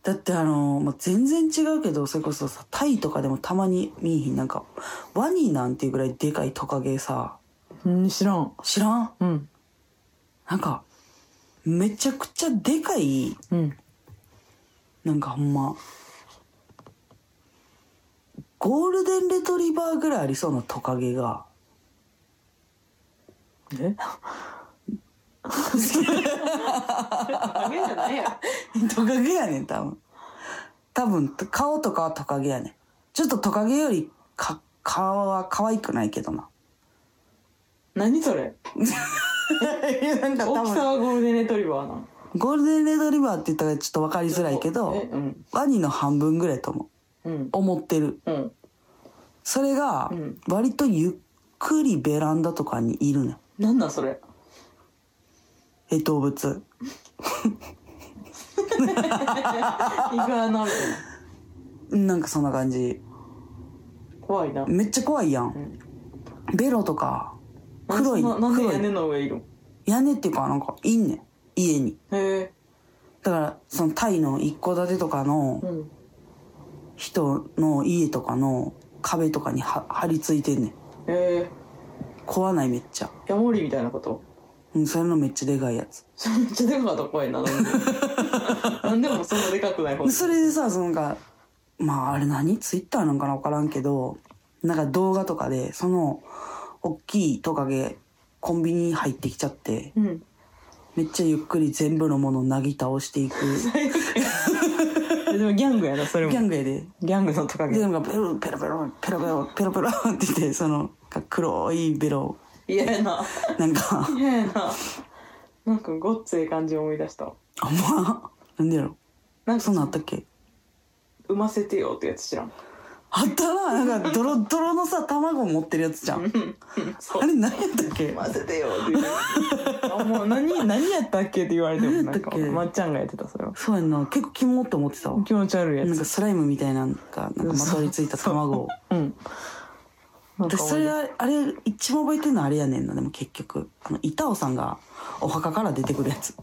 Speaker 1: だってあの、まあ、全然違うけど、それこそさ、タイとかでもたまに見えひん。なんか、ワニなんていうぐらいでかいトカゲさ、
Speaker 2: うん知らん
Speaker 1: 知らん
Speaker 2: うん
Speaker 1: なんか、めちゃくちゃでかい、
Speaker 2: うん
Speaker 1: なんかほんま、ゴールデンレトリバーぐらいありそうなトカゲが、
Speaker 2: えあげじゃないや
Speaker 1: トカゲやねん、多分。多分、顔とかはトカゲやねん。ちょっとトカゲよりか、顔は可愛くないけどな。
Speaker 2: 何それ
Speaker 1: なんか多
Speaker 2: 大き
Speaker 1: 分、
Speaker 2: さはゴールデンレトリバーな
Speaker 1: ゴールデンレトリバーって言ったらちょっと分かりづらいけ
Speaker 2: え
Speaker 1: ど、
Speaker 2: うん
Speaker 1: ワニの半分ぐらいと思う。
Speaker 2: うん
Speaker 1: 思ってる。
Speaker 2: うん
Speaker 1: それが
Speaker 2: うん、
Speaker 1: 割とゆっくりベランダとかにいるねん。
Speaker 2: なん だそれ
Speaker 1: え、動物。
Speaker 2: イグアナみたいな
Speaker 1: なんかそんな感じ。
Speaker 2: 怖いな
Speaker 1: めっちゃ怖いや。
Speaker 2: うんん
Speaker 1: ベロとか、黒い、
Speaker 2: なんでそんななんで
Speaker 1: 黒
Speaker 2: 屋根
Speaker 1: い。
Speaker 2: の上いるん
Speaker 1: 屋根っていうか、なんか、いんねん。家に。
Speaker 2: へえ
Speaker 1: だから、そのタイの一戸建てとかの、
Speaker 2: うん
Speaker 1: 人の家とかの壁とかには張り付いてんねん
Speaker 2: へえ
Speaker 1: 壊ないめっちゃ
Speaker 2: ヤモリみたいなこと
Speaker 1: うんそれのめっちゃでかいやつ
Speaker 2: めっちゃでかかったら怖いななんで なんでもそんなでかくない方
Speaker 1: それでさそのなんかまああれ何ツイッターなんかな分からんけどなんか動画とかでその大きいトカゲコンビニに入ってきちゃって
Speaker 2: うん
Speaker 1: めっちゃゆっくり全部のものをなぎ倒していく
Speaker 2: でもギャングやなそれ
Speaker 1: ギャングやで
Speaker 2: ギャングのトカ
Speaker 1: でなんかペロペロペロペロペロペロペ ロって言ってその黒いベロ
Speaker 2: 嫌やな
Speaker 1: なんか
Speaker 2: 嫌やななんかごっつええ感じ思い出したわ
Speaker 1: あんまなんでやろ
Speaker 2: なん
Speaker 1: そんなんあ
Speaker 2: か
Speaker 1: ったっけ
Speaker 2: 産ませてよってやつ 知らん
Speaker 1: あったな、なんか、ドロドロのさ、卵持ってるやつじゃん。
Speaker 2: そう
Speaker 1: あれ、何やったっけ
Speaker 2: 産ませてよって言うあもう何何やったっけって言われてもなんか
Speaker 1: 何やったっけ
Speaker 2: まっちゃんがやってたそれは
Speaker 1: そうやんな、結構キモって思ってたわ。
Speaker 2: 気持ち悪いや
Speaker 1: なん
Speaker 2: つ
Speaker 1: か、スライムみたいな、なんか、なんかまとわりついた卵を。
Speaker 2: うんなんか
Speaker 1: 私、それは、あれ、一番覚えてるのはあれやねんな、でも結局。あの、板尾さんが、お墓から出てくるやつ。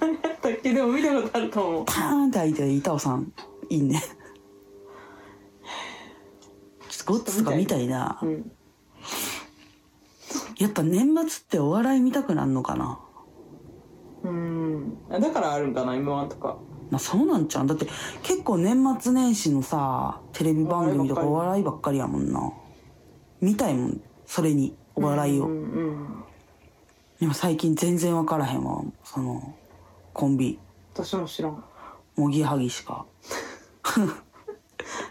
Speaker 2: 何やったっけでも見たことあるかも
Speaker 1: パーンって開いて、板尾さん、いいね。ちょっとゴッツとか見たいな
Speaker 2: う。ん
Speaker 1: やっぱ年末ってお笑い見たくなんのかな。
Speaker 2: うんあだからあるんかな m 1とか
Speaker 1: まあそうなんちゃうんだって結構年末年始のさテレビ番組とかお
Speaker 2: お
Speaker 1: 笑いばっかりやもんな見たいもんそれにお笑いを、
Speaker 2: うんうん
Speaker 1: でも最近全然分からへんわそのコンビ
Speaker 2: 私も知らん
Speaker 1: もぎはぎしか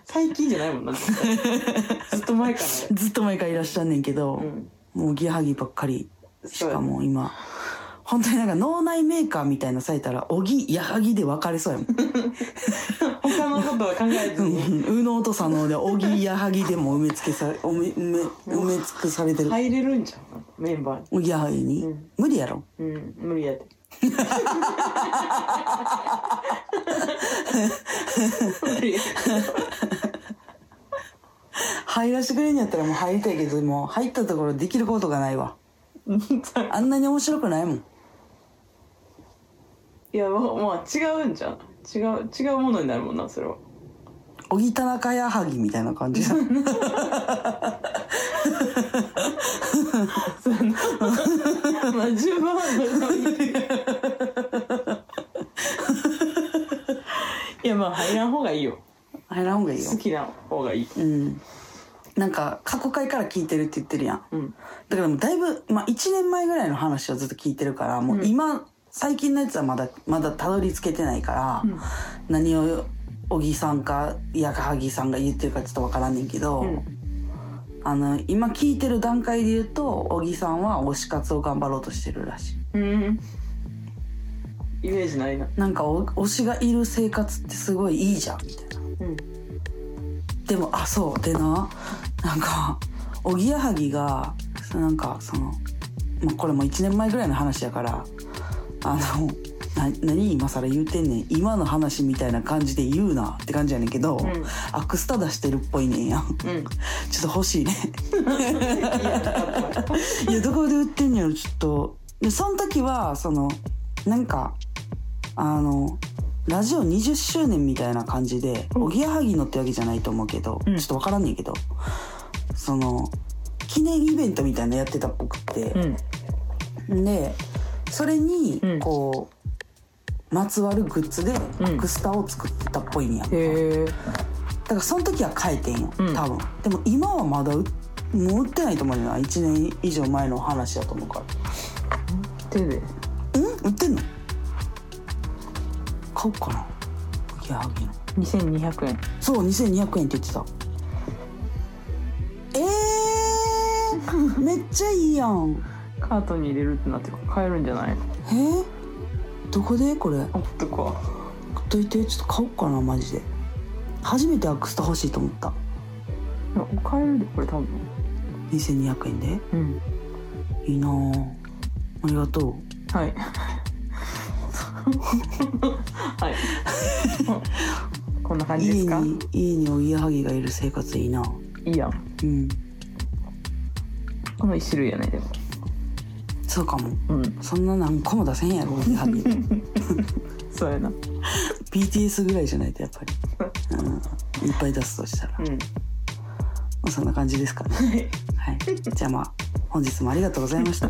Speaker 2: 最近じゃないもんな絶対ずっと前からや
Speaker 1: ずっと前からいらっしゃんねんけど、
Speaker 2: うん
Speaker 1: もぎはぎばっかりし
Speaker 2: そうや
Speaker 1: か
Speaker 2: ね
Speaker 1: もう今本当になんか脳内メーカーみたいなされたらおぎやはぎで分かれそうやもん
Speaker 2: 他のことは考え ずに
Speaker 1: うん右脳と左脳でおぎやはぎでも埋め尽けさ埋め埋め埋め尽くされてる
Speaker 2: 入れるんじゃんメンバーに
Speaker 1: おぎやはぎに、
Speaker 2: うん
Speaker 1: 無理やろ
Speaker 2: うん無 理やて無理や
Speaker 1: 入らしてくれんやったらもう入りたいけどもう入ったところできることがないわあんなに面白くないもん
Speaker 2: いやままあ違うんじゃん違う違うものになるもんなそれは
Speaker 1: 小木田中矢作みたいな感じ
Speaker 2: まあ順番はどうでもいい いやまあ入らん方がいいよ
Speaker 1: 入らん方がいいよ
Speaker 2: 好きな方がいい
Speaker 1: うんなんか過去回から聞いてるって言ってるやん
Speaker 2: うん
Speaker 1: だからもうだいぶ、まあ、1年前ぐらいの話をずっと聞いてるからもう今、最近のやつはまだまだたどり着けてないから、
Speaker 2: うん
Speaker 1: 何を小木さんか矢作さんが言ってるかちょっとわからんねんけど、
Speaker 2: うん
Speaker 1: あの今聞いてる段階で言うと小木さんは推し活を頑張ろうとしてるらしい
Speaker 2: うんイメージないな
Speaker 1: なんかお推しがいる生活ってすごいいいじゃんみたいな
Speaker 2: うん
Speaker 1: でもあそうでななんかおぎやはぎがなんかその、まあ、これも1年前ぐらいの話やからあのな何今更言うてんねん今の話みたいな感じで言うなって感じやねんけど、
Speaker 2: ん
Speaker 1: アクスタ出してるっぽいねんやん
Speaker 2: うん
Speaker 1: ちょっと欲しいね
Speaker 2: いやだから
Speaker 1: いやどこで売ってんのやろちょっとでその時はそのなんかあのラジオ20周年みたいな感じで、
Speaker 2: うん
Speaker 1: おぎやはぎのってわけじゃないと思うけど、
Speaker 2: うん
Speaker 1: ちょっとわからんねんけど、その、記念イベントみたいなのやってたっぽくって、
Speaker 2: うん
Speaker 1: でそれに
Speaker 2: うん
Speaker 1: こう、まつわるグッズで
Speaker 2: うん
Speaker 1: クスタを作ってたっぽいんや、
Speaker 2: へ
Speaker 1: だ
Speaker 2: え
Speaker 1: からその時は買えてんよ多
Speaker 2: うん
Speaker 1: 分、でも今はまだうもう売ってないと思うよな1年以上前の話だと思うから
Speaker 2: 手で
Speaker 1: うん売ってんの買おうかなギャギの
Speaker 2: 2200円
Speaker 1: そう2200円って言ってたえー、 めっちゃいいやん
Speaker 2: カートに入れるってなって買えるんじゃない
Speaker 1: えー、どこでこれ
Speaker 2: あとか
Speaker 1: 買っといてちょっと買おうかなマジで初めてアクスタ欲しいと思った
Speaker 2: いや買えるでこれ多分
Speaker 1: 2200円で
Speaker 2: うん
Speaker 1: いいなぁありがとう
Speaker 2: はいはいこんな感じです
Speaker 1: 家
Speaker 2: か
Speaker 1: に家におぎやはぎがいる生活いいなぁ
Speaker 2: いいやん
Speaker 1: うん
Speaker 2: この一種類やねでも
Speaker 1: そうかも
Speaker 2: うん
Speaker 1: そんな何個も出せんやろおぎやはぎ
Speaker 2: そうやな
Speaker 1: BTS ぐらいじゃないとやっぱり、うん、いっぱい出すとしたら、ま
Speaker 2: うん
Speaker 1: あ、そんな感じですかね はいじゃあまあ本日もありがとうございました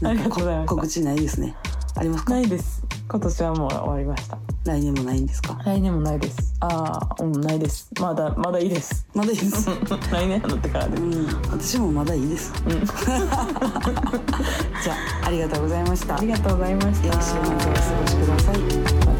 Speaker 1: なんかこ
Speaker 2: ありがとうございました
Speaker 1: 告知ないですねありますか
Speaker 2: ないです今年はもう終わりました
Speaker 1: 来年もないんですか
Speaker 2: 来年もないですああうんないですまだまだいいです
Speaker 1: まだいいです
Speaker 2: 来年になってからで
Speaker 1: うん、私もまだいいです。
Speaker 2: ん
Speaker 1: じゃあ、ありがとうございました。
Speaker 2: ありがとうございました
Speaker 1: 良い週末をお過ごしください。
Speaker 2: バイバイ